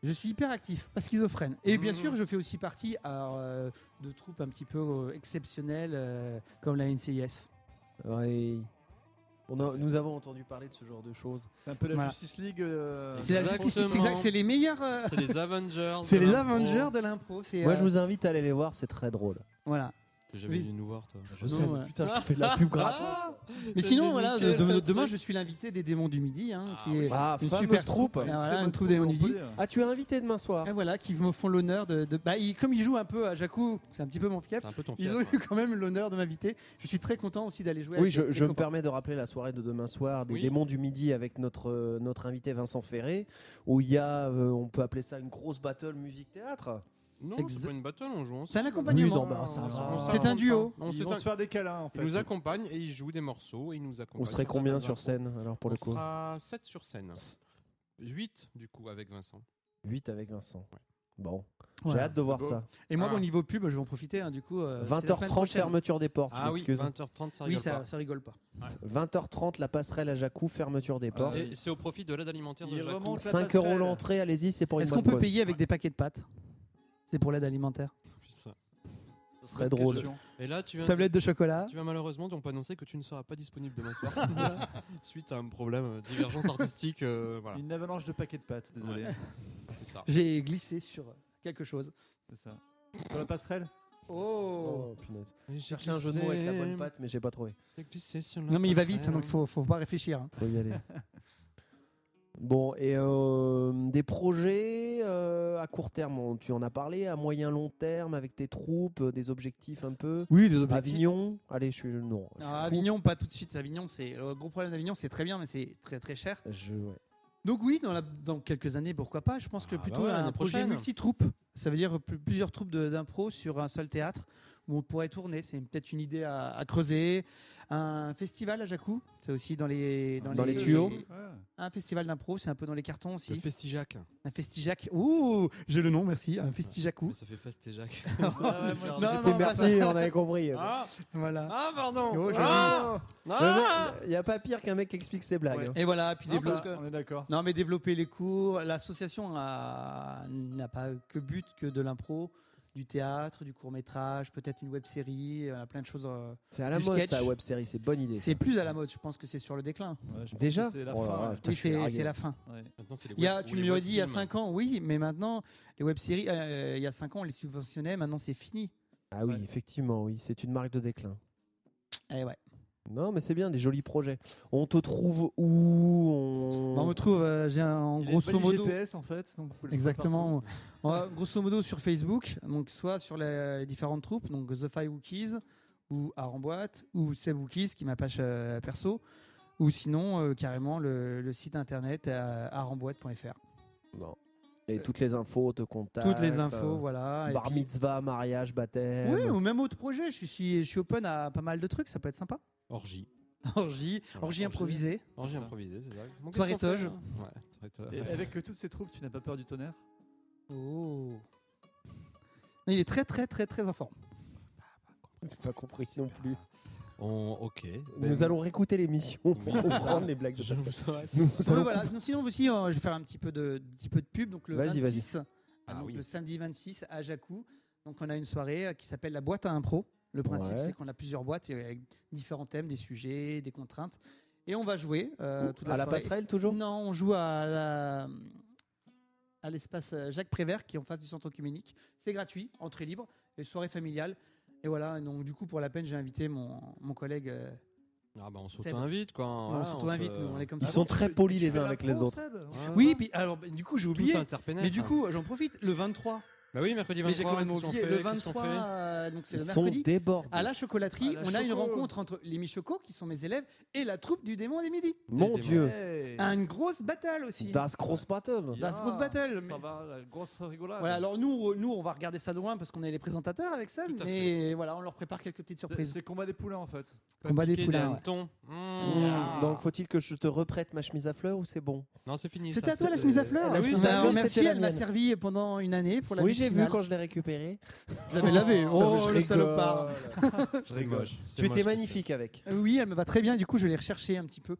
Speaker 1: Je suis hyperactif, pas schizophrène. Et bien
Speaker 2: Mhm.
Speaker 1: sûr, je fais aussi partie alors, euh, de troupes un petit peu euh, exceptionnelles euh, comme la NCIS.
Speaker 3: Oui. On a- nous avons entendu parler de ce genre de choses.
Speaker 4: C'est un peu la
Speaker 1: Voilà.
Speaker 4: Justice League. euh,
Speaker 1: C'est la
Speaker 2: Exactement.
Speaker 1: Justice League, c'est exact, c'est les meilleurs. euh,
Speaker 2: C'est les Avengers.
Speaker 1: c'est
Speaker 2: de
Speaker 1: les
Speaker 2: l'impro
Speaker 1: Avengers de l'impro. c'est,
Speaker 3: Moi,
Speaker 1: euh,
Speaker 3: je vous invite à aller les voir, c'est très drôle.
Speaker 1: Voilà.
Speaker 2: Que j'avais
Speaker 1: Oui.
Speaker 2: dû nous voir, toi.
Speaker 3: Je
Speaker 1: Non,
Speaker 3: sais, mais
Speaker 1: voilà.
Speaker 3: putain, je te fais de la pub gratuite.
Speaker 2: Ah
Speaker 1: Mais
Speaker 2: C'est
Speaker 1: sinon, voilà, de-
Speaker 2: nickel,
Speaker 1: de-
Speaker 2: le
Speaker 1: demain,
Speaker 2: truc.
Speaker 1: je suis l'invité des démons du midi, hein,
Speaker 2: Ah
Speaker 1: qui
Speaker 2: oui.
Speaker 1: est
Speaker 3: Ah,
Speaker 1: une
Speaker 3: fameuse
Speaker 1: super
Speaker 3: troupe.
Speaker 1: Ah, voilà,
Speaker 4: très
Speaker 1: une
Speaker 4: bonne
Speaker 1: troupe des
Speaker 4: troupe de
Speaker 1: Montpellier.
Speaker 4: Montpellier.
Speaker 3: Ah, tu es invité demain soir.
Speaker 1: Ah, voilà, qui me font l'honneur de. de- bah, ils- comme ils jouent un peu à Jakku, c'est un petit peu mon fief.
Speaker 2: C'est un peu ton
Speaker 1: Ils
Speaker 2: fief,
Speaker 1: ont
Speaker 2: ouais.
Speaker 1: eu quand même l'honneur de m'inviter. Je suis très content aussi d'aller jouer.
Speaker 3: Oui,
Speaker 1: avec
Speaker 3: je,
Speaker 1: les-
Speaker 3: je
Speaker 1: les
Speaker 3: me
Speaker 1: copains.
Speaker 3: permets de rappeler la soirée de demain soir des
Speaker 2: Oui.
Speaker 3: démons du midi avec notre, euh, notre invité Vincent Ferré, où il y a, euh, on peut appeler ça une grosse battle musique-théâtre.
Speaker 2: Non,
Speaker 1: Ex-
Speaker 2: c'est pas une battle, on joue
Speaker 1: C'est un
Speaker 2: ensemble.
Speaker 3: Oui,
Speaker 1: accompagnement.
Speaker 3: non, bah, ça
Speaker 2: On
Speaker 3: va.
Speaker 2: s'arrange
Speaker 1: C'est
Speaker 2: pas.
Speaker 1: un duo.
Speaker 2: On
Speaker 4: Ils
Speaker 2: s'est
Speaker 4: vont se faire des câlins en
Speaker 2: Ils
Speaker 4: fait.
Speaker 2: nous accompagnent et ils jouent des morceaux et ils nous accompagnent.
Speaker 3: On serait combien sur scène alors pour
Speaker 2: on
Speaker 3: le coup
Speaker 2: sera 7 sur scène. 8 du coup avec Vincent.
Speaker 3: 8 avec Vincent.
Speaker 2: Ouais.
Speaker 3: Bon, j'ai
Speaker 1: Voilà.
Speaker 3: hâte de voir
Speaker 4: beau.
Speaker 3: ça.
Speaker 1: Et moi,
Speaker 2: Ah.
Speaker 1: mon niveau pub, je vais en profiter. hein, du coup, euh, c'est la semaine
Speaker 3: 20h30
Speaker 1: prochaine.
Speaker 3: fermeture des portes,
Speaker 2: Ah
Speaker 3: je
Speaker 2: oui,
Speaker 3: m'excuse.
Speaker 2: 20h30 ça
Speaker 1: Oui,
Speaker 2: rigole
Speaker 1: ça, ça rigole pas.
Speaker 3: 20h30 la passerelle à Jacou, fermeture des portes.
Speaker 2: pas. Ah, Et c'est au profit de l'aide alimentaire
Speaker 4: Il
Speaker 2: de Jacques.
Speaker 4: remonte la
Speaker 3: 5
Speaker 4: passerelle.
Speaker 3: euros l'entrée, allez-y, c'est pour une
Speaker 1: Est-ce qu'on
Speaker 3: bonne
Speaker 1: peut
Speaker 3: cause.
Speaker 1: payer avec des paquets de pâtes C'est pour l'aide alimentaire.
Speaker 2: Putain.
Speaker 4: Ce
Speaker 3: Très
Speaker 4: serait
Speaker 3: drôle.
Speaker 2: Et là tu viens
Speaker 1: Tablette de chocolat.
Speaker 2: Tu vas malheureusement donc annoncer que tu ne seras pas disponible demain soir [laughs] suite à un problème euh, divergence artistique. euh,
Speaker 3: [laughs]
Speaker 2: voilà,
Speaker 4: Une avalanche de paquets de pâtes, désolé. hein,
Speaker 2: c'est ça.
Speaker 1: J'ai glissé sur quelque chose.
Speaker 4: C'est ça. Sur la passerelle
Speaker 3: Oh, punaise. Chercher un jeu de mots avec la bonne patte, mais j'ai pas trouvé.
Speaker 1: Non, mais il va vite, hein, donc faut, faut pas réfléchir. hein.
Speaker 3: Faut y aller. [laughs] Bon, et euh, des projets euh, à court terme, on- tu en as parlé, à moyen long terme, avec tes troupes, euh, des objectifs un peu.
Speaker 1: Oui, des
Speaker 3: Avignon, allez, je suis. Non. je suis
Speaker 1: Ah,
Speaker 3: fou.
Speaker 1: Avignon, pas tout de suite. c'est Avignon, c'est le gros problème d'Avignon, c'est très bien, mais c'est très très cher.
Speaker 3: Je, ouais.
Speaker 1: Donc oui, dans, la- dans quelques années, pourquoi pas Je pense que
Speaker 2: Ah, bah
Speaker 1: plutôt
Speaker 2: ouais,
Speaker 1: un
Speaker 2: l'année
Speaker 1: projet
Speaker 2: prochaine.
Speaker 1: multi-troupe. Ça veut dire pl- plusieurs troupes de- d'impro sur un seul théâtre où on pourrait tourner. C'est peut-être une idée à, à creuser. Un festival à Jacou, c'est aussi dans les
Speaker 3: Dans les tuyaux.
Speaker 1: [laughs] Un festival d'impro, c'est un peu dans les cartons aussi.
Speaker 2: Le Festijac.
Speaker 1: Un festijac. Ouh, j'ai le nom, merci. Un festijacou.
Speaker 2: Mais ça fait Festijac.
Speaker 1: Non,
Speaker 3: Oui,
Speaker 1: non,
Speaker 3: merci,
Speaker 1: bah, ça-
Speaker 3: on avait compris.
Speaker 2: Ah,
Speaker 1: Voilà.
Speaker 2: pardon
Speaker 1: Oh, joli.
Speaker 4: Ah.
Speaker 1: Ah.
Speaker 3: Il n'y a pas pire qu'un mec qui explique ses blagues.
Speaker 4: Ouais.
Speaker 3: hein.
Speaker 1: Et voilà, puis
Speaker 4: Non,
Speaker 1: développe-
Speaker 4: parce que- On est d'accord.
Speaker 1: Non, mais développer les cours. L'association a- n'a pas que but que de l'impro, du théâtre, du court métrage, peut-être une web série, plein de choses. euh.
Speaker 3: C'est à la
Speaker 1: Du
Speaker 3: mode,
Speaker 1: sketch.
Speaker 3: ça, web série, c'est bonne idée.
Speaker 1: C'est plus à la mode, je pense que c'est sur le déclin.
Speaker 4: Ouais, je pense
Speaker 3: Déjà
Speaker 4: que C'est la
Speaker 3: Oh là
Speaker 4: fin.
Speaker 3: là,
Speaker 4: ouais.
Speaker 3: putain,
Speaker 1: oui,
Speaker 3: je suis
Speaker 1: c'est
Speaker 3: largué.
Speaker 1: c'est la fin.
Speaker 4: Ouais.
Speaker 2: Maintenant, c'est les
Speaker 1: Il y a,
Speaker 2: web-
Speaker 1: tu
Speaker 2: ou
Speaker 1: me
Speaker 2: les
Speaker 1: l'aurais dit il y a
Speaker 2: webtoons.
Speaker 1: 5 ans, oui, mais maintenant, les web séries, euh, il y a 5 ans, on les subventionnait, maintenant c'est fini.
Speaker 3: Ah oui,
Speaker 4: Ouais.
Speaker 3: effectivement, oui, c'est une marque de déclin.
Speaker 1: Eh ouais.
Speaker 3: Non, mais c'est bien, des jolis projets. On te trouve où
Speaker 1: Bah, on
Speaker 3: on...
Speaker 1: me trouve, euh, j'ai un- en
Speaker 4: Il a
Speaker 1: grosso
Speaker 4: une bonne
Speaker 1: modo.
Speaker 4: GPS en fait. donc vous pouvez le faire
Speaker 1: Exactement. On va, grosso modo sur Facebook, donc soit sur les, les différentes troupes, donc The Five Wookies ou Aramboite ou Seb Wookies qui est ma page euh, perso, ou sinon euh, carrément le, le site internet euh, aramboite.fr.
Speaker 3: Bon. Et toutes les infos, te contacts.
Speaker 1: Toutes les infos,
Speaker 3: euh,
Speaker 1: voilà. et
Speaker 3: Bar
Speaker 1: puis-
Speaker 3: mitzvah, mariage, baptême.
Speaker 1: Oui, ou même autre projet. Je suis, je suis open à pas mal de trucs, ça peut être sympa. [laughs]
Speaker 2: Orgie.
Speaker 1: Orgie,
Speaker 2: Voilà,
Speaker 1: orgie
Speaker 2: orgie.
Speaker 1: improvisée.
Speaker 2: Orgie
Speaker 4: C'est ça.
Speaker 2: improvisée, c'est ça. Bon, qu'est-ce
Speaker 1: Soirée
Speaker 2: qu'on fait,
Speaker 1: toge.
Speaker 2: hein Ouais, soirée toge.
Speaker 4: partout. Et avec euh, toutes ces troupes, tu n'as pas peur du tonnerre
Speaker 1: Oh. Il est très très très très en forme.
Speaker 3: J'ai pas compris non plus.
Speaker 2: On- Ok.
Speaker 3: Nous allons réécouter l'émission pour
Speaker 2: Oui, c'est ça.
Speaker 3: comprendre les blagues de
Speaker 2: Je-
Speaker 3: Pascal.
Speaker 2: Ouais.
Speaker 3: Nous
Speaker 1: Ouais,
Speaker 3: allons
Speaker 1: voilà. Sinon, sinon aussi, euh, je vais faire un petit peu de, petit peu de pub. Donc le
Speaker 3: Vas-y,
Speaker 1: 26,
Speaker 2: Ah
Speaker 1: ah, donc
Speaker 2: oui.
Speaker 1: le samedi 26 à Jacou. Donc on a une soirée euh, qui s'aelle la boîte à impro. Le principe,
Speaker 3: Ouais.
Speaker 1: c'est qu'on a plusieurs boîtes euh, avec différents thèmes, des sujets, des contraintes, et on va jouer euh,
Speaker 3: Ouh,
Speaker 1: toute la
Speaker 3: à la
Speaker 1: soirée.
Speaker 3: passerelle, toujours
Speaker 1: Non, on joue à la- à l'espace euh, Jacques Prévert qui est en face du centre œcuménique. C'est gratuit, entrée libre, et soirée familiale. Et voilà, donc du coup pour la peine j'ai invité mon, mon collègue. euh,
Speaker 2: Ah bah on s'auto-invite quoi.
Speaker 1: on
Speaker 2: Voilà,
Speaker 1: s'auto-invite,
Speaker 2: se-
Speaker 1: nous, on est comme
Speaker 3: Ils
Speaker 1: ça.
Speaker 3: sont très polis les
Speaker 4: Ah fais
Speaker 3: uns
Speaker 4: la
Speaker 3: avec les
Speaker 4: pro,
Speaker 3: autres.
Speaker 4: Seb
Speaker 2: Ouais.
Speaker 1: Oui, puis alors bah, du coup j'ai oublié.
Speaker 2: Tous interpénètrent.
Speaker 1: Mais du coup, j'en profite. Le 23,
Speaker 2: hein. Bah oui, mercredi
Speaker 1: mais j'ai
Speaker 2: 23.
Speaker 1: quand même
Speaker 2: qu'est-ce qu'on
Speaker 1: oublié.
Speaker 2: fait,
Speaker 1: Le
Speaker 2: qu'est-ce qu'on
Speaker 1: 23,
Speaker 2: fait
Speaker 1: euh, donc c'est
Speaker 3: Ils
Speaker 1: le
Speaker 3: sont
Speaker 1: mercredi. Ah,
Speaker 3: débordés.
Speaker 1: À la chocolaterie,
Speaker 4: À la
Speaker 1: on a une
Speaker 4: choco.
Speaker 1: rencontre entre les Michocos, qui sont mes élèves, et la troupe du démon des midis.
Speaker 3: Mon
Speaker 2: Des
Speaker 3: Dieu.
Speaker 4: Hey.
Speaker 1: Une grosse battle aussi.
Speaker 3: Das grosse battle.
Speaker 1: Das Ah, grosse battle,
Speaker 4: Ça
Speaker 1: mais-
Speaker 4: va, la grosse rigolade.
Speaker 1: Voilà, alors nous, nous, on va regarder ça de loin parce qu'on est les présentateurs avec ça,
Speaker 2: Tout à
Speaker 1: mais voilà, on leur prépare quelques petites
Speaker 4: C'est-
Speaker 1: surprises.
Speaker 4: C'est combat des poulains en fait.
Speaker 1: Combat des
Speaker 2: Piqué d'un
Speaker 1: poulains. ouais.
Speaker 2: hanneton. Mmh.
Speaker 3: Mmh.
Speaker 4: Ah.
Speaker 3: Donc faut-il que je te reprête ma chemise à fleurs ou c'est bon
Speaker 2: Non, c'est fini.
Speaker 1: C'était
Speaker 2: ça,
Speaker 1: à toi la
Speaker 2: c'est-
Speaker 1: chemise à fleurs
Speaker 3: la
Speaker 1: Oui,
Speaker 3: chemise à
Speaker 1: bah,
Speaker 3: fleurs,
Speaker 1: merci,
Speaker 3: c'était la
Speaker 1: elle m'a
Speaker 3: mienne.
Speaker 1: servi pendant une année pour la
Speaker 3: Oui,
Speaker 1: lutte
Speaker 3: j'ai vu
Speaker 1: finale.
Speaker 3: quand je l'ai récupérée.
Speaker 1: je l'avais lavé.
Speaker 3: Non, mais je
Speaker 1: Oh, le
Speaker 3: rigole.
Speaker 1: salopard
Speaker 2: C'est moche. c'est
Speaker 3: Tu
Speaker 2: moche,
Speaker 3: étais magnifique avec.
Speaker 1: Oui, elle me va très bien, du coup, je l'ai recherchée un petit peu.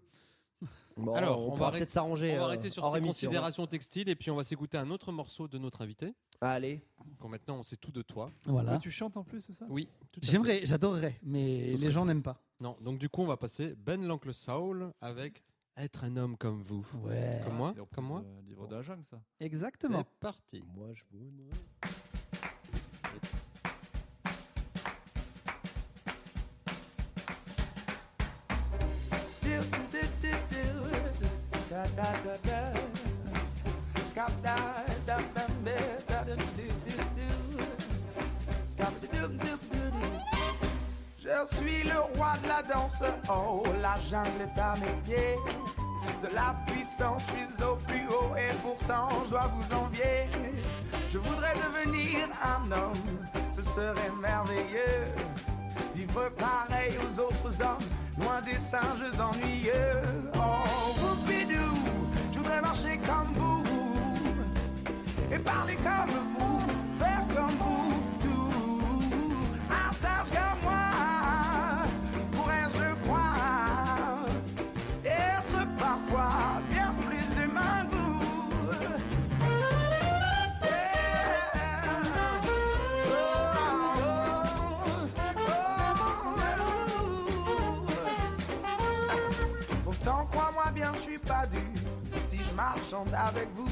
Speaker 3: Bon,
Speaker 2: Alors, on
Speaker 3: on,
Speaker 2: va
Speaker 3: pourra
Speaker 2: arrêter-
Speaker 3: peut-être
Speaker 2: On
Speaker 3: s'arranger.
Speaker 2: va
Speaker 3: euh,
Speaker 2: arrêter sur
Speaker 3: hors
Speaker 2: ces
Speaker 3: émission.
Speaker 2: considérations textiles et puis on va s'écouter un autre morceau de notre invité.
Speaker 3: Allez,
Speaker 2: Quand maintenant on sait tout de toi.
Speaker 1: Voilà.
Speaker 4: Mais tu chantes en plus, c'est ça
Speaker 2: Oui, tout à fait.
Speaker 1: J'aimerais, j'adorerais, mais
Speaker 2: Ce
Speaker 1: les
Speaker 2: serait
Speaker 1: gens n'aiment pas.
Speaker 2: Non, donc du coup on va passer Ben l'oncle Saul avec Être un homme comme vous.
Speaker 1: Ouais.
Speaker 2: Comme moi,
Speaker 4: c'est la reprise,
Speaker 2: comme moi.
Speaker 4: euh, Livre de la jungle, ça.
Speaker 1: Exactement.
Speaker 2: C'est parti.
Speaker 3: moi je vous.
Speaker 5: Je suis le roi de la danse, oh la jungle est à mes pieds. De la puissance, je suis au plus haut et pourtant je dois vous envier. Je voudrais devenir un homme, ce serait merveilleux. Vivre pareil aux autres hommes, loin des singes ennuyeux. Oh, Poupidou, je voudrais marcher comme vous et parler comme vous, faire comme vous, tout. Un sage comme moi, pourrais-je croire être parfois bien plus humain que vous. Pourtant, crois-moi bien, je suis pas dur si je marchande avec vous.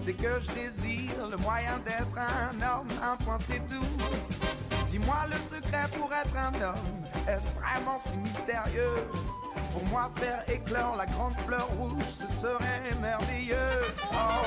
Speaker 5: C'est que je désire le moyen d'être un homme, un point c'est tout. Dis-moi le secret pour être un homme, est-ce vraiment si mystérieux Pour moi, faire éclore la grande fleur rouge, ce serait merveilleux. Oh.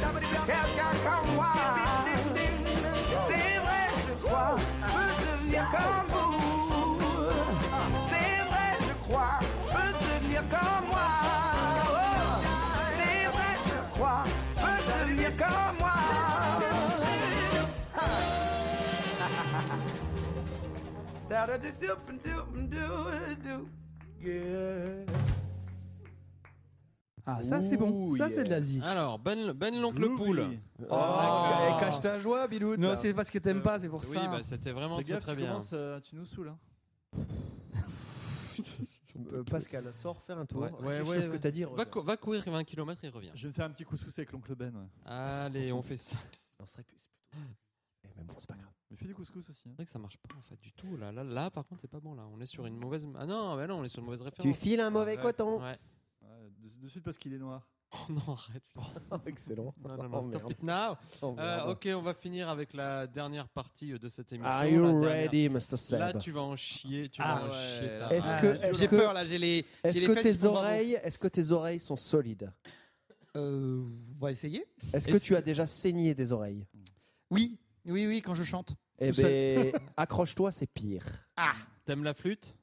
Speaker 9: comme moi. C'est vrai, je crois, peut devenir comme vous. C'est vrai, je crois, peut devenir comme moi. Oh, C'est vrai, je crois, peut devenir comme moi. Da-da-da-doop-doop-doop-doop. Yeah.
Speaker 1: Ah, ça, c'est bon.
Speaker 7: Ouh,
Speaker 1: Ça,
Speaker 7: yeah.
Speaker 1: c'est de la zik.
Speaker 2: Alors, Ben, ben l'oncle poule.
Speaker 3: Oh, cache ta joie, Biloute.
Speaker 1: Non, c'est parce que t'aimes pas, Euh, c'est pour
Speaker 2: Oui,
Speaker 1: ça.
Speaker 2: bah, c'était vraiment
Speaker 4: Fais
Speaker 2: très,
Speaker 4: gaffe,
Speaker 2: très
Speaker 4: tu,
Speaker 2: bien.
Speaker 4: commences, euh, tu nous saoules. Hein.
Speaker 3: Euh, Pascal, sors faire un tour.
Speaker 2: Ouais, ouais,
Speaker 3: Réfléchis à
Speaker 2: ouais,
Speaker 3: ce que
Speaker 2: ouais.
Speaker 3: t'as dit.
Speaker 2: Va, cou- va courir 20 km et reviens.
Speaker 4: Je vais me faire un petit coup de avec l'oncle Ben. ouais.
Speaker 2: Allez, on fait ça.
Speaker 3: Non, ce serait plus. Eh, Mais bon, c'est pas grave.
Speaker 4: Mais fais du couscous aussi. hein.
Speaker 2: C'est vrai que ça marche pas en fait du tout. Là, là, là par contre, c'est pas bon. Là, on est sur une mauvaise. Ah non, bah non, on est sur une mauvaise
Speaker 3: Tu
Speaker 2: référence.
Speaker 3: files un mauvais
Speaker 4: Ouais.
Speaker 3: coton.
Speaker 2: Ouais. [laughs]
Speaker 4: Ouais, de, de suite parce qu'il est noir.
Speaker 2: Oh non, arrête.
Speaker 3: Excellent.
Speaker 2: Non, non,
Speaker 3: Oh,
Speaker 2: non, stop
Speaker 3: merde.
Speaker 2: it now.
Speaker 3: Oh,
Speaker 2: Euh,
Speaker 3: merde.
Speaker 2: ok, on va finir avec la dernière partie euh, de cette émission.
Speaker 3: Are
Speaker 2: la
Speaker 3: you
Speaker 2: dernière.
Speaker 3: ready, Mr. Seb
Speaker 2: Là, tu vas en chier. Tu
Speaker 1: Ah
Speaker 2: vas en
Speaker 4: ouais,
Speaker 2: chier. ta
Speaker 4: là,
Speaker 3: Est-ce
Speaker 2: race.
Speaker 3: que,
Speaker 1: Ah,
Speaker 3: est-ce
Speaker 1: J'ai
Speaker 3: que-
Speaker 1: peur, là, j'ai les.
Speaker 3: est-ce
Speaker 1: les
Speaker 3: que
Speaker 1: fesses qui
Speaker 3: tes
Speaker 1: sont pas
Speaker 3: oreilles, est-ce que tes oreilles sont solides
Speaker 1: Euh, on va essayer.
Speaker 3: Est-ce que
Speaker 2: Est-ce
Speaker 3: tu as déjà saigné des oreilles
Speaker 1: Oui, oui, oui, quand je chante.
Speaker 3: Eh
Speaker 1: Tout seul.
Speaker 3: ben, accroche-toi, c'est pire.
Speaker 1: Ah
Speaker 2: T'aimes la flûte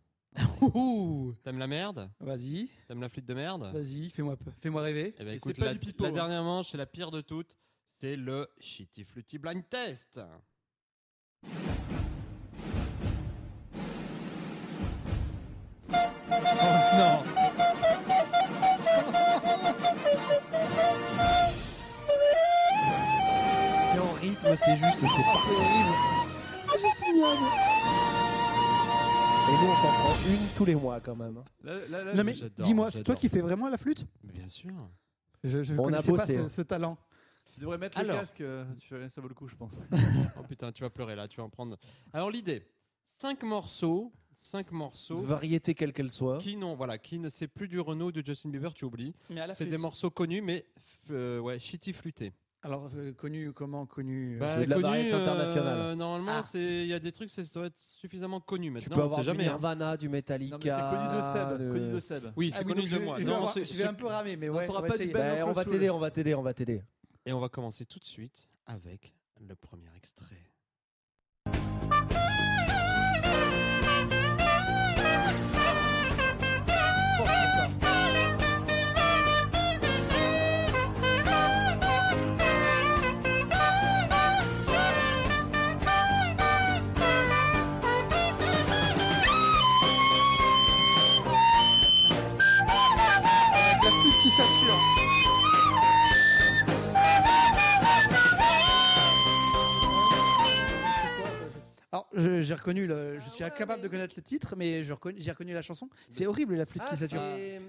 Speaker 1: Ouhou.
Speaker 2: T'aimes la merde
Speaker 1: Vas-y,
Speaker 2: T'aimes la flûte de merde
Speaker 1: vas-y, fais-moi fais rêver.
Speaker 2: Eh ben,
Speaker 4: Et
Speaker 2: écoute,
Speaker 4: c'est pas
Speaker 2: la,
Speaker 4: du pipeau,
Speaker 2: la
Speaker 4: hein.
Speaker 2: dernière manche, c'est la pire de toutes. C'est le shitty flutty blind test.
Speaker 1: [laughs] Oh, non
Speaker 3: C'est en rythme, c'est juste, c'est parfait.
Speaker 1: C'est juste ignoble.
Speaker 3: Et nous, on s'en prend une tous les mois quand même. hein.
Speaker 4: Là, là, là,
Speaker 1: Non mais
Speaker 2: j'adore,
Speaker 1: dis-moi, c'est toi
Speaker 2: j'adore.
Speaker 1: qui fais vraiment la flûte
Speaker 2: Mais Bien sûr.
Speaker 1: Je, je
Speaker 3: On a
Speaker 1: connaissais pas
Speaker 3: bossé,
Speaker 1: ce,
Speaker 3: hein.
Speaker 1: ce talent.
Speaker 4: tu devrais mettre
Speaker 2: Alors.
Speaker 4: le casque. euh, tu verrais, ça vaut le coup, je pense.
Speaker 2: Oh putain, tu vas pleurer là, tu vas en prendre. Alors l'idée, cinq morceaux, cinq morceaux
Speaker 3: Variété quelle qu'elle soit.
Speaker 2: qui non, voilà, qui ne c'est plus du Renault de Justin Bieber, tu oublies.
Speaker 1: Mais à
Speaker 2: C'est des morceaux connus mais f- euh, ouais, shitty flûté.
Speaker 1: Alors euh, connu comment connu euh,
Speaker 3: c'est de la
Speaker 2: connu,
Speaker 3: variété internationale.
Speaker 2: euh, normalement,
Speaker 1: Ah.
Speaker 2: c'est il y a des trucs, ça doit être suffisamment connu
Speaker 3: Tu
Speaker 2: maintenant.
Speaker 3: peux
Speaker 2: on
Speaker 3: avoir
Speaker 2: sait jamais.
Speaker 3: du
Speaker 2: hein.
Speaker 3: Nirvana, du Metallica. euh,
Speaker 4: non, mais c'est connu de Seb.
Speaker 3: de-
Speaker 4: Connu de Seb.
Speaker 2: Oui,
Speaker 1: Ah
Speaker 2: c'est
Speaker 1: oui,
Speaker 2: connu
Speaker 1: donc
Speaker 2: de
Speaker 1: je-
Speaker 2: moi.
Speaker 1: Je, vais
Speaker 2: Non,
Speaker 1: avoir-
Speaker 2: c'est-
Speaker 1: je vais
Speaker 2: c'est-
Speaker 1: un peu ramer, mais ouais.
Speaker 4: t'auras
Speaker 1: on va
Speaker 4: pas
Speaker 1: essayer.
Speaker 4: du Ben.
Speaker 3: Ouais, on va
Speaker 4: Soul.
Speaker 3: t'aider, on va t'aider, on va t'aider.
Speaker 2: Et on va commencer tout de suite avec le premier extrait.
Speaker 1: La flûte qui sature. Alors, je- j'ai reconnu, le, je suis incapable de connaître le titre, mais je reconnais- j'ai reconnu la chanson. Ah, C'est horrible la flûte qui sature. Ah,
Speaker 3: Mais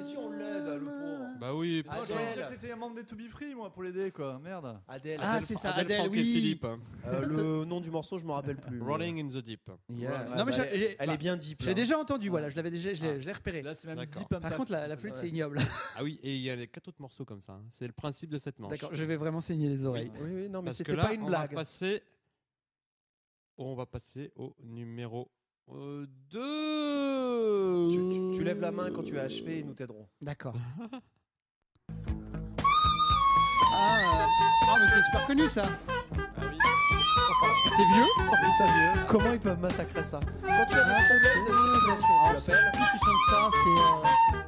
Speaker 3: si on l'aide, le pauvre.
Speaker 2: Bah oui,
Speaker 4: Ah,
Speaker 2: putain.
Speaker 4: j'aurais
Speaker 3: Adèle.
Speaker 4: dit que c'était un membre des To Be Free, moi, pour l'aider, quoi. Merde.
Speaker 3: Adèle,
Speaker 1: Ah,
Speaker 3: Adèle,
Speaker 1: c'est ça,
Speaker 3: Adèle.
Speaker 1: Adèle,
Speaker 2: Franck et
Speaker 1: oui.
Speaker 2: Philippe. hein.
Speaker 3: Euh, le nom du morceau, je me rappelle plus. mais-
Speaker 2: [laughs] Rolling in the deep.
Speaker 3: Ouais,
Speaker 1: Non, mais
Speaker 3: bah,
Speaker 1: j'ai-
Speaker 3: elle,
Speaker 1: j'ai-
Speaker 3: elle
Speaker 1: bah,
Speaker 3: est bien deep. hein.
Speaker 1: Je l'ai
Speaker 3: là.
Speaker 1: déjà entendu, voilà, je l'avais déjà, je l'ai
Speaker 2: Ah.
Speaker 1: je l'ais repéré.
Speaker 4: Là, c'est même
Speaker 2: D'accord.
Speaker 4: Deep Impact.
Speaker 1: Par contre, la, la flûte, c'est
Speaker 4: Ouais.
Speaker 1: ignoble.
Speaker 2: Ah oui, et il y a les quatre autres morceaux comme ça. hein. C'est le principe de cette manche.
Speaker 1: D'accord, je vais vraiment saigner les oreilles.
Speaker 3: Oui, oui, non, mais
Speaker 2: Parce que
Speaker 3: c'était
Speaker 2: là,
Speaker 3: pas une
Speaker 2: On
Speaker 3: blague.
Speaker 2: va passer, on va passer au numéro euh, 2.
Speaker 3: Tu, tu- tu lèves la main quand tu as achevé et nous t'aiderons.
Speaker 1: D'accord. ah, euh, oh, mais c'est super connu ça.
Speaker 2: Ah
Speaker 1: C'est vieux
Speaker 3: Comment ils peuvent massacrer ça Quand tu as des problèmes de circulation, tu l'appelles.
Speaker 1: Qui qui chante ça C'est.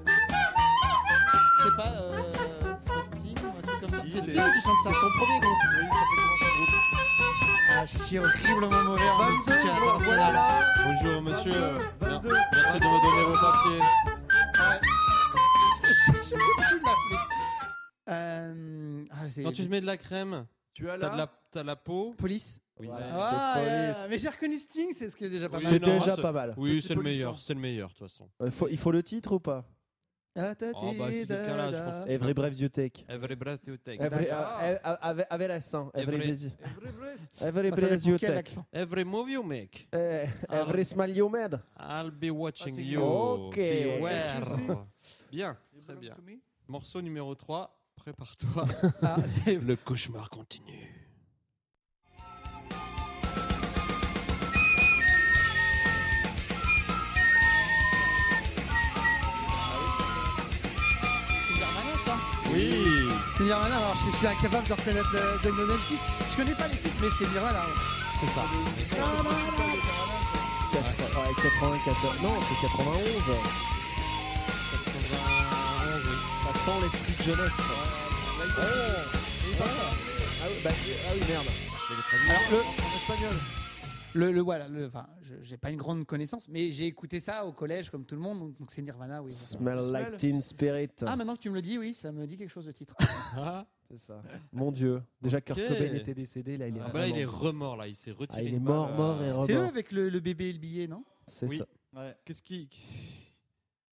Speaker 1: euh, C'est pas. euh, c'est pas Sting ou un truc comme ça C'est Sting qui chante
Speaker 3: C'est
Speaker 1: ça.
Speaker 3: son premier groupe.
Speaker 1: Ah, je suis horriblement mauvais en musique hein. internationale.
Speaker 3: Voilà.
Speaker 2: Bonjour monsieur. Mer- Merci de me donner vos papiers.
Speaker 1: [laughs] Je je peux plus de la flûte. Euh. Ah, c'est.
Speaker 2: Quand tu te mets de la crème,
Speaker 4: Tu as
Speaker 2: t'as de
Speaker 4: là.
Speaker 2: la, t'as la peau.
Speaker 1: Police
Speaker 2: Oui,
Speaker 3: Voilà.
Speaker 1: Ah,
Speaker 3: C'est
Speaker 1: ouais,
Speaker 3: police.
Speaker 1: mais j'ai reconnu Sting, c'est ce qui est déjà pas
Speaker 2: Oui,
Speaker 1: mal.
Speaker 3: C'est
Speaker 2: non,
Speaker 3: déjà
Speaker 2: c'est-
Speaker 3: pas mal.
Speaker 2: oui
Speaker 4: Petit
Speaker 2: c'est le
Speaker 4: polisson.
Speaker 2: meilleur, c'est le meilleur de toute façon.
Speaker 3: Euh, faut- il faut le titre ou pas Eh,
Speaker 1: Ah, ta-
Speaker 2: Oh, bah, si
Speaker 1: da-
Speaker 2: quelqu'un là, je
Speaker 1: da-
Speaker 2: pense que-
Speaker 3: Every Brave You Take.
Speaker 2: Every breath you take.
Speaker 3: Every,
Speaker 4: D'accord.
Speaker 3: euh, euh, avec, avec l'accent. Every,
Speaker 2: Every-
Speaker 3: Brave-
Speaker 2: [laughs]
Speaker 4: Every
Speaker 3: every
Speaker 4: breath.
Speaker 1: Bah, ça
Speaker 3: Brave
Speaker 1: dépend
Speaker 3: You
Speaker 1: quel
Speaker 3: Take.
Speaker 1: accent.
Speaker 2: Every move you make,
Speaker 3: Eh, every smile you made.
Speaker 2: I'll be watching
Speaker 4: Ah, c'est-
Speaker 2: you.
Speaker 3: Ok.
Speaker 2: Beware.
Speaker 4: Merci.
Speaker 2: Bien, très bien. Morceau numéro 3, prépare-toi.
Speaker 1: Ah,
Speaker 2: [laughs]
Speaker 1: [laughs]
Speaker 2: Le cauchemar continue.
Speaker 1: c'est Nirvana, ça
Speaker 2: Oui.
Speaker 1: C'est Nirvana, hein. alors je suis incapable de reconnaître le, de donner le titre. Je connais pas les titres, mais c'est hein. Nirvana.
Speaker 3: C'est ça. Quatre- ouais, 94. Non, c'est 91. 91, oui. Ça sent l'esprit de jeunesse. Oh. Ah oui, bah, ah oui, merde.
Speaker 1: Alors, le- Le, le voilà, le, enfin, je- j'ai pas une grande connaissance, mais j'ai écouté ça au collège comme tout le monde, donc- donc c'est Nirvana, oui.
Speaker 3: Smell like teen spirit.
Speaker 1: Ah, maintenant que tu me le dis, oui, ça me dit quelque chose de titre.
Speaker 2: Ah,
Speaker 3: C'est ça. Mon dieu. Déjà, Kurt
Speaker 2: Ok.
Speaker 3: Cobain était décédé. Là, il est,
Speaker 2: Ah bah là, il est
Speaker 3: vraiment-
Speaker 2: remords, là, il s'est retiré.
Speaker 3: Ah, il
Speaker 2: une
Speaker 3: est mort,
Speaker 2: balle, euh,
Speaker 3: mort et
Speaker 1: C'est eux
Speaker 3: remort.
Speaker 1: avec le, le bébé et le billet, non
Speaker 3: C'est
Speaker 2: Oui.
Speaker 3: ça.
Speaker 2: Qu'est-ce qui.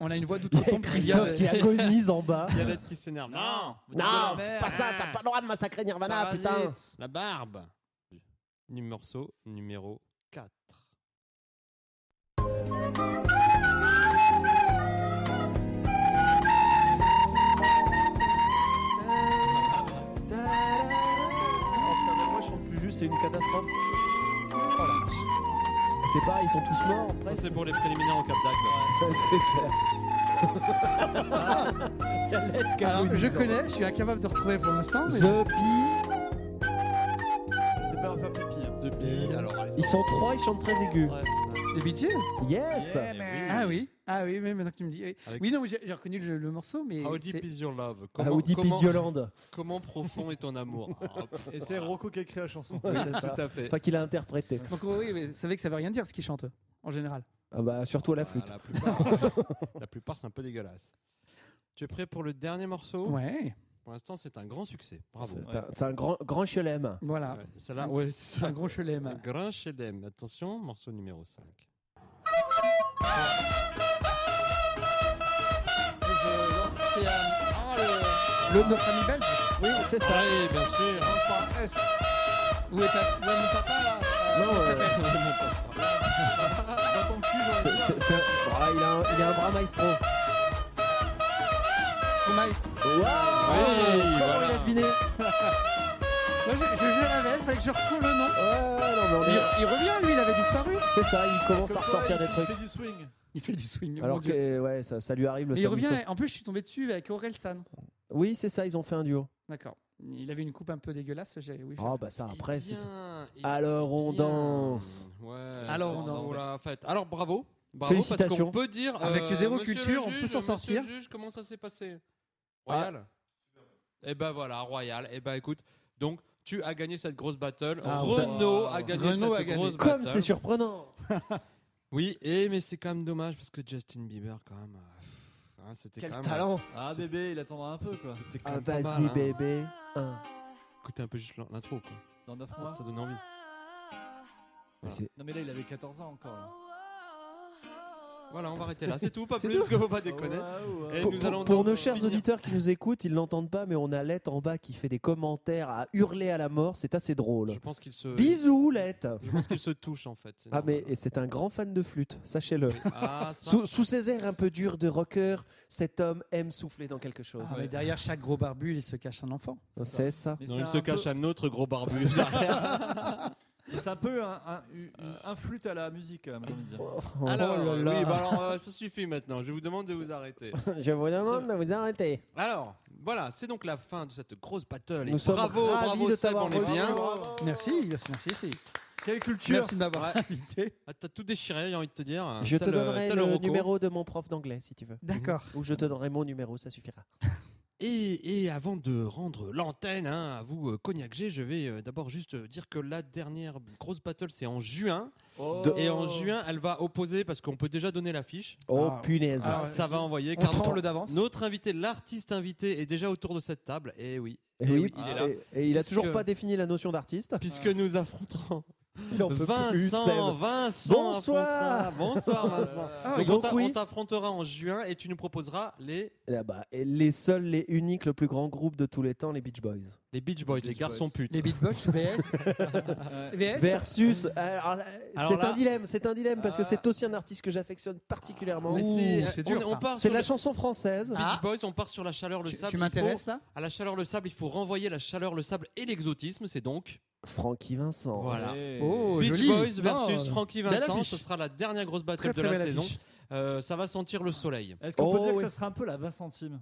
Speaker 1: On a une voix d'outre-tombe
Speaker 3: Christophe qui agonise en bas.
Speaker 2: Il y a l'autre qui s'énerve. Non
Speaker 3: [laughs] Non, c'est pas ça, t'as pas le droit de massacrer
Speaker 1: Ah,
Speaker 3: Nirvana, putain.
Speaker 2: La barbe Morceau numéro 4.
Speaker 3: Moi je chante plus juste, c'est une catastrophe. Oh C'est pas, ils sont tous morts
Speaker 2: Ça,
Speaker 3: presque.
Speaker 2: c'est pour les préliminaires au Cap d'Agde.
Speaker 3: [laughs] C'est clair. Il y a l'aide
Speaker 1: Alors,
Speaker 3: qu'agonise
Speaker 1: je
Speaker 3: en bas.
Speaker 1: connais, je suis incapable de retrouver pour l'instant. mais-
Speaker 3: The Bee.
Speaker 2: C'est pas un faire pipi. hein. De bi, alors allez.
Speaker 3: Ils sont trois, ils chantent très aigus.
Speaker 2: Ouais.
Speaker 1: Les Bee Gees
Speaker 3: Yes.
Speaker 2: Eh oui.
Speaker 1: Ah oui, ah oui, mais maintenant que tu me dis. Oui,
Speaker 2: Avec-
Speaker 1: Oui, non, mais j'ai j'ai reconnu le, le morceau, mais.
Speaker 2: How deep
Speaker 1: c'est-
Speaker 2: is your love
Speaker 3: Ah,
Speaker 2: Comment-
Speaker 3: Audi
Speaker 2: comment-
Speaker 3: [laughs] Pisiolande.
Speaker 2: Comment profond est ton
Speaker 3: [laughs]
Speaker 2: amour Ah, pff,
Speaker 4: Et c'est Rocco qui a écrit la chanson.
Speaker 3: Ouais, c'est ça.
Speaker 2: Tout à fait.
Speaker 3: Enfin, qu'il a interprété.
Speaker 1: Donc, oh, oui, mais vous savez que ça veut rien dire ce qu'ils chantent, en général.
Speaker 3: Ah bah, surtout à la flûte.
Speaker 2: Ah, la plupart,
Speaker 3: [laughs]
Speaker 2: la plupart, c'est un peu dégueulasse. Tu es prêt pour le dernier morceau
Speaker 1: Ouais,
Speaker 2: Pour l'instant, c'est un grand succès. Bravo.
Speaker 3: C'est un- c'est un, grand, grand chelem.
Speaker 1: voilà.
Speaker 2: Ouais, celle-là, ouais, c'est
Speaker 1: C'est
Speaker 2: ça.
Speaker 1: un gros chelem.
Speaker 2: Un grand chelem. Attention, morceau numéro 5.
Speaker 1: Le, notre ami belge
Speaker 3: Oui, c'est ça.
Speaker 2: Oui, bien sûr.
Speaker 1: Où est ta. Où est mon papa là
Speaker 3: Non, euh,
Speaker 1: [laughs]
Speaker 3: c'est- c'est- c'est un- Ah, il, a un, il a un bras maestro.
Speaker 1: Thomas,
Speaker 3: Waouh
Speaker 2: Oui,
Speaker 3: Comment
Speaker 2: voilà.
Speaker 3: il a deviné
Speaker 1: Moi, je, je, je l'avais, fallait que je retrouve le nom.
Speaker 3: Ouais, non, mais on
Speaker 1: Il,
Speaker 3: est-
Speaker 1: il revient, lui, il avait disparu.
Speaker 3: C'est ça, il commence à ressortir des trucs.
Speaker 4: Fait du swing.
Speaker 1: Il fait du swing. mon
Speaker 3: Alors
Speaker 1: Dieu.
Speaker 3: que ouais, ça, ça lui arrive le
Speaker 1: Mais il
Speaker 3: samedi
Speaker 1: revient,
Speaker 3: soir.
Speaker 1: en plus, je suis tombé dessus avec Aurel San.
Speaker 3: Oui, c'est ça, ils ont fait un duo.
Speaker 1: D'accord. Il avait une coupe un peu dégueulasse. j'ai- Oui, je-
Speaker 3: Ah bah ça après c'est ça.
Speaker 2: Eh
Speaker 3: Ah,
Speaker 2: Bien, il-
Speaker 3: Alors on
Speaker 2: bien.
Speaker 3: danse.
Speaker 2: Ouais,
Speaker 1: Alors,
Speaker 2: c'est
Speaker 1: on danse.
Speaker 2: drôle à fête. Alors bravo. Bravo, Parce
Speaker 3: Félicitations.
Speaker 2: qu'on peut dire.
Speaker 1: Avec
Speaker 2: euh,
Speaker 1: le zéro
Speaker 2: monsieur
Speaker 1: culture,
Speaker 2: le
Speaker 1: on
Speaker 2: juge,
Speaker 1: peut s'en
Speaker 2: monsieur
Speaker 1: sortir.
Speaker 2: le juge, comment ça s'est passé
Speaker 3: Ah.
Speaker 2: Royal Eh ben voilà, Royal. Eh ben écoute, donc tu as gagné cette grosse battle.
Speaker 1: Ah,
Speaker 2: Renault
Speaker 1: bah.
Speaker 2: a gagné
Speaker 1: Renault
Speaker 2: cette
Speaker 1: a gagné.
Speaker 2: grosse
Speaker 3: Comme
Speaker 2: battle.
Speaker 3: c'est surprenant.
Speaker 2: Oui, et mais c'est quand même dommage parce que Justin Bieber quand même. euh, hein, c'était
Speaker 3: Quel
Speaker 2: quand même- euh,
Speaker 3: talent.
Speaker 4: Ah bébé, il attendra un peu quoi.
Speaker 2: C'était quand
Speaker 3: Ah,
Speaker 2: même pas mal,
Speaker 3: vas-y
Speaker 2: hein.
Speaker 3: bébé. Un.
Speaker 2: Écoutez un peu juste l'intro quoi.
Speaker 4: Dans 9 mois.
Speaker 2: Ça donne envie.
Speaker 3: Mais c'est-
Speaker 4: Non mais là il avait 14 ans encore. là.
Speaker 2: Voilà, on va arrêter
Speaker 3: [laughs]
Speaker 2: là. C'est tout, pas
Speaker 3: C'est
Speaker 2: plus
Speaker 3: tout.
Speaker 2: parce
Speaker 3: Ah,
Speaker 2: qu'il faut pas déconner.
Speaker 4: Waouh,
Speaker 2: Et
Speaker 3: hein. Pour,
Speaker 2: nous
Speaker 3: pour-
Speaker 2: allons
Speaker 3: pour
Speaker 2: donc
Speaker 3: nos chers
Speaker 2: finir.
Speaker 3: auditeurs qui nous écoutent, ils l'entendent pas, mais on a Lette en bas qui fait des commentaires à hurler à la mort. C'est assez
Speaker 2: Je
Speaker 3: drôle.
Speaker 2: pense qu'il se.
Speaker 3: Bisous Lette.
Speaker 2: Je pense qu'il se touche en fait. c'est
Speaker 3: Ah mais
Speaker 2: normal.
Speaker 3: et c'est un grand fan de flûte,
Speaker 2: [laughs]
Speaker 3: sachez-le.
Speaker 2: Ah, ça.
Speaker 3: Sous, sous ses airs un peu durs de rocker, cet homme aime souffler dans quelque chose.
Speaker 1: Ah, mais derrière chaque gros barbu, il se cache un enfant.
Speaker 3: c'est ça.
Speaker 4: Mais
Speaker 2: Non,
Speaker 4: c'est
Speaker 2: il se
Speaker 4: un peu-
Speaker 2: cache un autre gros barbu derrière.
Speaker 4: mais C'est un peu un, un, une- un flûte à la musique, quand même, j'ai envie de dire.
Speaker 3: Oh
Speaker 2: [laughs] alors,
Speaker 3: là
Speaker 2: oui,
Speaker 3: là.
Speaker 2: bah alors euh, ça suffit maintenant. Je vous demande de vous arrêter.
Speaker 3: [laughs] Je vous demande de vous arrêter.
Speaker 2: Alors, voilà, c'est donc la fin de cette grosse battle. Et
Speaker 3: Nous sommes
Speaker 2: bravo,
Speaker 3: ravis
Speaker 2: bravo,
Speaker 3: de
Speaker 2: Seb,
Speaker 3: t'avoir
Speaker 2: on est
Speaker 3: reçu.
Speaker 2: bien.
Speaker 3: Bravo.
Speaker 1: Merci, merci, merci. merci.
Speaker 4: Quelle culture
Speaker 1: Merci de m'avoir
Speaker 2: Ouais.
Speaker 1: [laughs] invité.
Speaker 2: Ah, T'as tout déchiré, j'ai envie de te dire.
Speaker 3: Je
Speaker 2: Ah, T'as
Speaker 3: te donnerai
Speaker 2: t'as
Speaker 3: le,
Speaker 2: Rocco.
Speaker 3: numéro de mon prof d'anglais si tu veux.
Speaker 1: D'accord.
Speaker 3: Ou je te donnerai mon numéro, ça suffira.
Speaker 2: Ah, Et, et avant de rendre l'antenne hein, à vous, euh, Cognac G, je vais euh, d'abord juste euh, dire que la dernière grosse battle, c'est en juin.
Speaker 4: Oh.
Speaker 2: Et en juin, elle va opposer, parce qu'on peut déjà donner l'affiche.
Speaker 3: Oh
Speaker 1: Ah.
Speaker 3: punaise.
Speaker 1: Ah ouais.
Speaker 2: Ça va envoyer.
Speaker 1: On
Speaker 2: car
Speaker 1: tremble d'avance.
Speaker 2: Notre invité, l'artiste invité, est déjà autour de cette table. Et oui.
Speaker 3: Et,
Speaker 2: Eh
Speaker 3: oui,
Speaker 2: oui, il est là.
Speaker 3: et- et il a
Speaker 2: Puisque-
Speaker 3: toujours pas défini la notion d'artiste.
Speaker 2: Puisque nous affronterons
Speaker 3: Il en peut plus, Seb.
Speaker 2: Vincent, Vincent.
Speaker 3: Bonsoir.
Speaker 2: affrontera- Bonsoir,
Speaker 1: [laughs]
Speaker 2: Vincent.
Speaker 1: Ah,
Speaker 2: Donc,
Speaker 3: Donc
Speaker 2: on t'a-
Speaker 3: oui.
Speaker 2: on t'affrontera en juin et tu nous proposeras les,
Speaker 3: Là-bas. Et les seuls, les uniques, le plus grand groupe de tous les temps, les Beach Boys.
Speaker 2: les Beach Boys, les,
Speaker 4: Beach
Speaker 2: garçons
Speaker 4: Boys.
Speaker 2: putes.
Speaker 1: Les [laughs] beatbox, VS. VS.
Speaker 3: Versus. euh, alors là,
Speaker 2: Euh, Alors
Speaker 3: c'est
Speaker 2: là- Euh.
Speaker 3: un dilemme, c'est un dilemme parce que
Speaker 4: Ah.
Speaker 3: c'est aussi un artiste que j'affectionne particulièrement.
Speaker 2: Mais
Speaker 1: Ouh,
Speaker 2: c'est
Speaker 1: c'est
Speaker 2: on-
Speaker 1: dur,
Speaker 2: on,
Speaker 1: ça.
Speaker 2: part
Speaker 3: C'est
Speaker 2: sur
Speaker 3: de la
Speaker 2: le-
Speaker 3: chanson française.
Speaker 2: Beach
Speaker 1: Ah.
Speaker 2: Boys, on part sur la chaleur, le
Speaker 1: Tu,
Speaker 2: sable.
Speaker 1: tu
Speaker 2: il
Speaker 1: m'intéresses là
Speaker 2: faut- À la chaleur, le sable, il faut renvoyer la chaleur, le sable et l'exotisme. C'est donc
Speaker 3: Francky Vincent.
Speaker 4: Ah.
Speaker 2: voilà.
Speaker 1: Oh,
Speaker 2: Beach
Speaker 1: joli.
Speaker 2: Boys versus
Speaker 1: Oh.
Speaker 2: Frankie
Speaker 1: Belle
Speaker 2: Vincent.
Speaker 1: affiche.
Speaker 2: Ce sera la dernière grosse
Speaker 1: Très
Speaker 2: bataille
Speaker 1: très
Speaker 2: de la
Speaker 1: belle
Speaker 2: saison.
Speaker 1: affiche.
Speaker 2: Euh, ça va sentir le soleil.
Speaker 4: Est-ce qu'on
Speaker 3: Oh,
Speaker 4: peut dire
Speaker 3: oui.
Speaker 4: que ça sera un peu la 20 centimes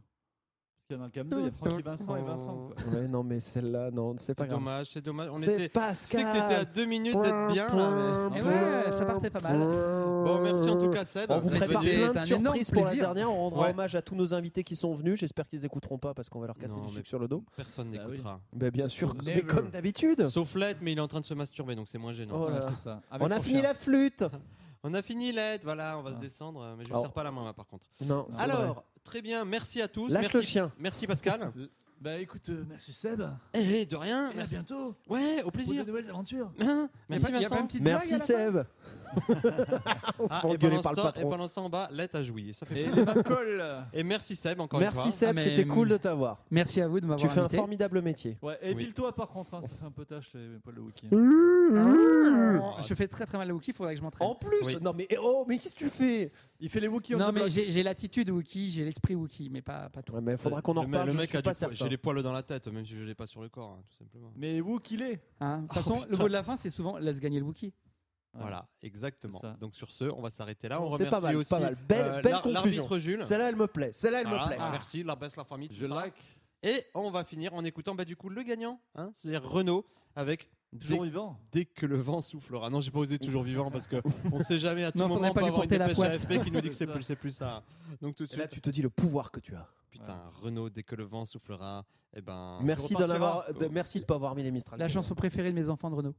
Speaker 4: qu'il y en a dans le cam 2, il y a Francky Vincent et Vincent. quoi.
Speaker 3: Ouais, non, mais celle-là, non, c'est pas
Speaker 2: C'est
Speaker 3: grave.
Speaker 2: dommage, c'est dommage. On
Speaker 3: C'est
Speaker 2: était...
Speaker 3: Pascal.
Speaker 2: Je sais que t'étais à deux minutes d'être bien là. mais-
Speaker 1: Et ouais, ça partait pas mal.
Speaker 2: Bon, merci en tout cas, Seb.
Speaker 3: On vous
Speaker 1: Bah,
Speaker 3: prépare
Speaker 1: c'était
Speaker 3: plein
Speaker 1: un
Speaker 3: de
Speaker 1: énorme
Speaker 3: surprises pour la
Speaker 1: plaisir.
Speaker 3: dernière. On rendra
Speaker 2: Ouais.
Speaker 3: hommage à tous nos invités qui sont venus. J'espère qu'ils n'écouteront pas parce qu'on va leur casser
Speaker 2: Non,
Speaker 3: du
Speaker 2: mais-
Speaker 3: sucre sur le dos.
Speaker 2: Personne
Speaker 4: Bah oui.
Speaker 2: n'écoutera.
Speaker 3: Bah, bien sûr,
Speaker 4: Never.
Speaker 3: mais comme d'habitude.
Speaker 2: Sauf Led, mais il est en train de se masturber, donc c'est moins gênant.
Speaker 3: Oh là
Speaker 4: Ouais,
Speaker 3: là.
Speaker 4: c'est ça. Avec
Speaker 3: On a
Speaker 4: son
Speaker 3: fini
Speaker 4: chien.
Speaker 3: la flûte.
Speaker 2: On a fini Led, voilà, on va se
Speaker 4: Ah.
Speaker 2: descendre, euh, mais je ne
Speaker 3: Alors-
Speaker 2: serre pas la main là, par contre.
Speaker 3: [laughs] Non, c'est
Speaker 2: Alors,
Speaker 3: vrai.
Speaker 2: très bien, merci à tous.
Speaker 3: lâche
Speaker 2: merci,
Speaker 3: le chien.
Speaker 2: Merci Pascal.
Speaker 4: Bah écoute, euh, merci Seb.
Speaker 2: Eh, eh, de rien.
Speaker 4: Et à
Speaker 2: Merci.
Speaker 4: bientôt
Speaker 2: Ouais, au
Speaker 4: pour de
Speaker 2: plaisir.
Speaker 4: nouvelles aventures.
Speaker 2: Hein
Speaker 1: Il y a
Speaker 2: merci
Speaker 1: pas- il y a pas
Speaker 2: Vincent.
Speaker 1: une petite blague à
Speaker 3: Merci
Speaker 1: la fin
Speaker 2: [laughs]
Speaker 3: Seb. On se
Speaker 2: Ah,
Speaker 3: fait
Speaker 2: et
Speaker 3: engueuler
Speaker 2: pendant
Speaker 3: par
Speaker 2: ce
Speaker 3: le
Speaker 2: temps- et
Speaker 3: patron.
Speaker 2: pendant ce temps en bas, Led a joué. Ça fait
Speaker 4: Et
Speaker 2: plaisir.
Speaker 4: les macoles.
Speaker 2: Et merci Seb encore
Speaker 3: Merci
Speaker 2: une fois.
Speaker 3: Seb,
Speaker 1: Ah, mais-
Speaker 3: c'était cool de t'avoir.
Speaker 1: Merci à vous de
Speaker 3: Tu
Speaker 1: m'avoir
Speaker 3: fais un
Speaker 1: invité.
Speaker 2: [laughs]
Speaker 3: formidable métier.
Speaker 4: Ouais, et
Speaker 2: Oui.
Speaker 4: pile-toi par contre, hein, ça fait un peu tâche les poils de Wookie. hein.
Speaker 1: Je fais très très mal à Wookie, il faudrait que je m'entraîne.
Speaker 3: En plus,
Speaker 2: Oui.
Speaker 3: non mais oh, mais qu'est-ce que tu fais
Speaker 4: Il fait les Wookiees
Speaker 1: Non
Speaker 4: en
Speaker 1: mais j'ai j'ai l'attitude Wookie, j'ai l'esprit Wookie, mais pas, pas tout.
Speaker 3: Ouais, mais faudra qu'on en
Speaker 2: Le mec-
Speaker 3: reparle.
Speaker 2: Le
Speaker 3: je
Speaker 2: mec
Speaker 3: suis
Speaker 2: a
Speaker 3: pas
Speaker 2: du poil-
Speaker 3: certain.
Speaker 2: J'ai les poils dans la tête, même si je ne l'ai pas sur le corps, hein, tout simplement.
Speaker 4: Mais Wookie il est
Speaker 1: hein. De toute façon, le mot de la fin, c'est souvent laisse gagner le Wookie.
Speaker 2: Voilà, exactement.
Speaker 4: C'est ça.
Speaker 2: Donc sur ce, on va s'arrêter là. On
Speaker 3: C'est
Speaker 2: remercie
Speaker 3: pas mal,
Speaker 2: aussi euh,
Speaker 3: pas mal. Belle- belle
Speaker 2: l'ar-
Speaker 3: conclusion.
Speaker 2: l'arbitre Jules.
Speaker 3: Celle-là, elle me plaît. Celle-là, elle
Speaker 2: Voilà,
Speaker 3: me plaît.
Speaker 2: ah, Merci, la baisse, la famille. tout
Speaker 4: Je
Speaker 2: ça.
Speaker 4: like.
Speaker 2: Et on va finir en écoutant bah, du coup le gagnant, hein, c'est-à-dire Renault avec dès,
Speaker 4: Toujours vivant.
Speaker 2: dès que le vent soufflera. Non, j'ai pas osé toujours vivant parce
Speaker 4: [laughs]
Speaker 2: que on sait jamais à tout
Speaker 1: Non,
Speaker 2: moment
Speaker 1: faudrait
Speaker 2: on
Speaker 1: pas
Speaker 2: peut
Speaker 1: lui
Speaker 2: avoir une
Speaker 1: porter la
Speaker 2: dépêche
Speaker 1: poisse.
Speaker 2: AFP qui nous dit que c'est
Speaker 4: C'est
Speaker 2: plus,
Speaker 4: ça.
Speaker 2: c'est plus ça. Donc tout de
Speaker 3: Et là,
Speaker 2: suite,
Speaker 3: tu te dis le pouvoir que tu as.
Speaker 2: putain, Renault, dès que le vent soufflera, eh ben,
Speaker 3: Merci
Speaker 4: on
Speaker 3: d'en
Speaker 4: repartira.
Speaker 3: avoir, de, merci de pas avoir mis les Mistral.
Speaker 1: La chanson préférée de mes enfants de Renault.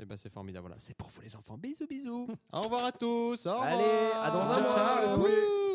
Speaker 2: eh ben c'est formidable.
Speaker 3: [laughs]
Speaker 2: Voilà, c'est pour vous les enfants. Bisous, bisous. au revoir à tous. Au revoir.
Speaker 3: Allez, à dans
Speaker 1: un mois.
Speaker 2: Wouh.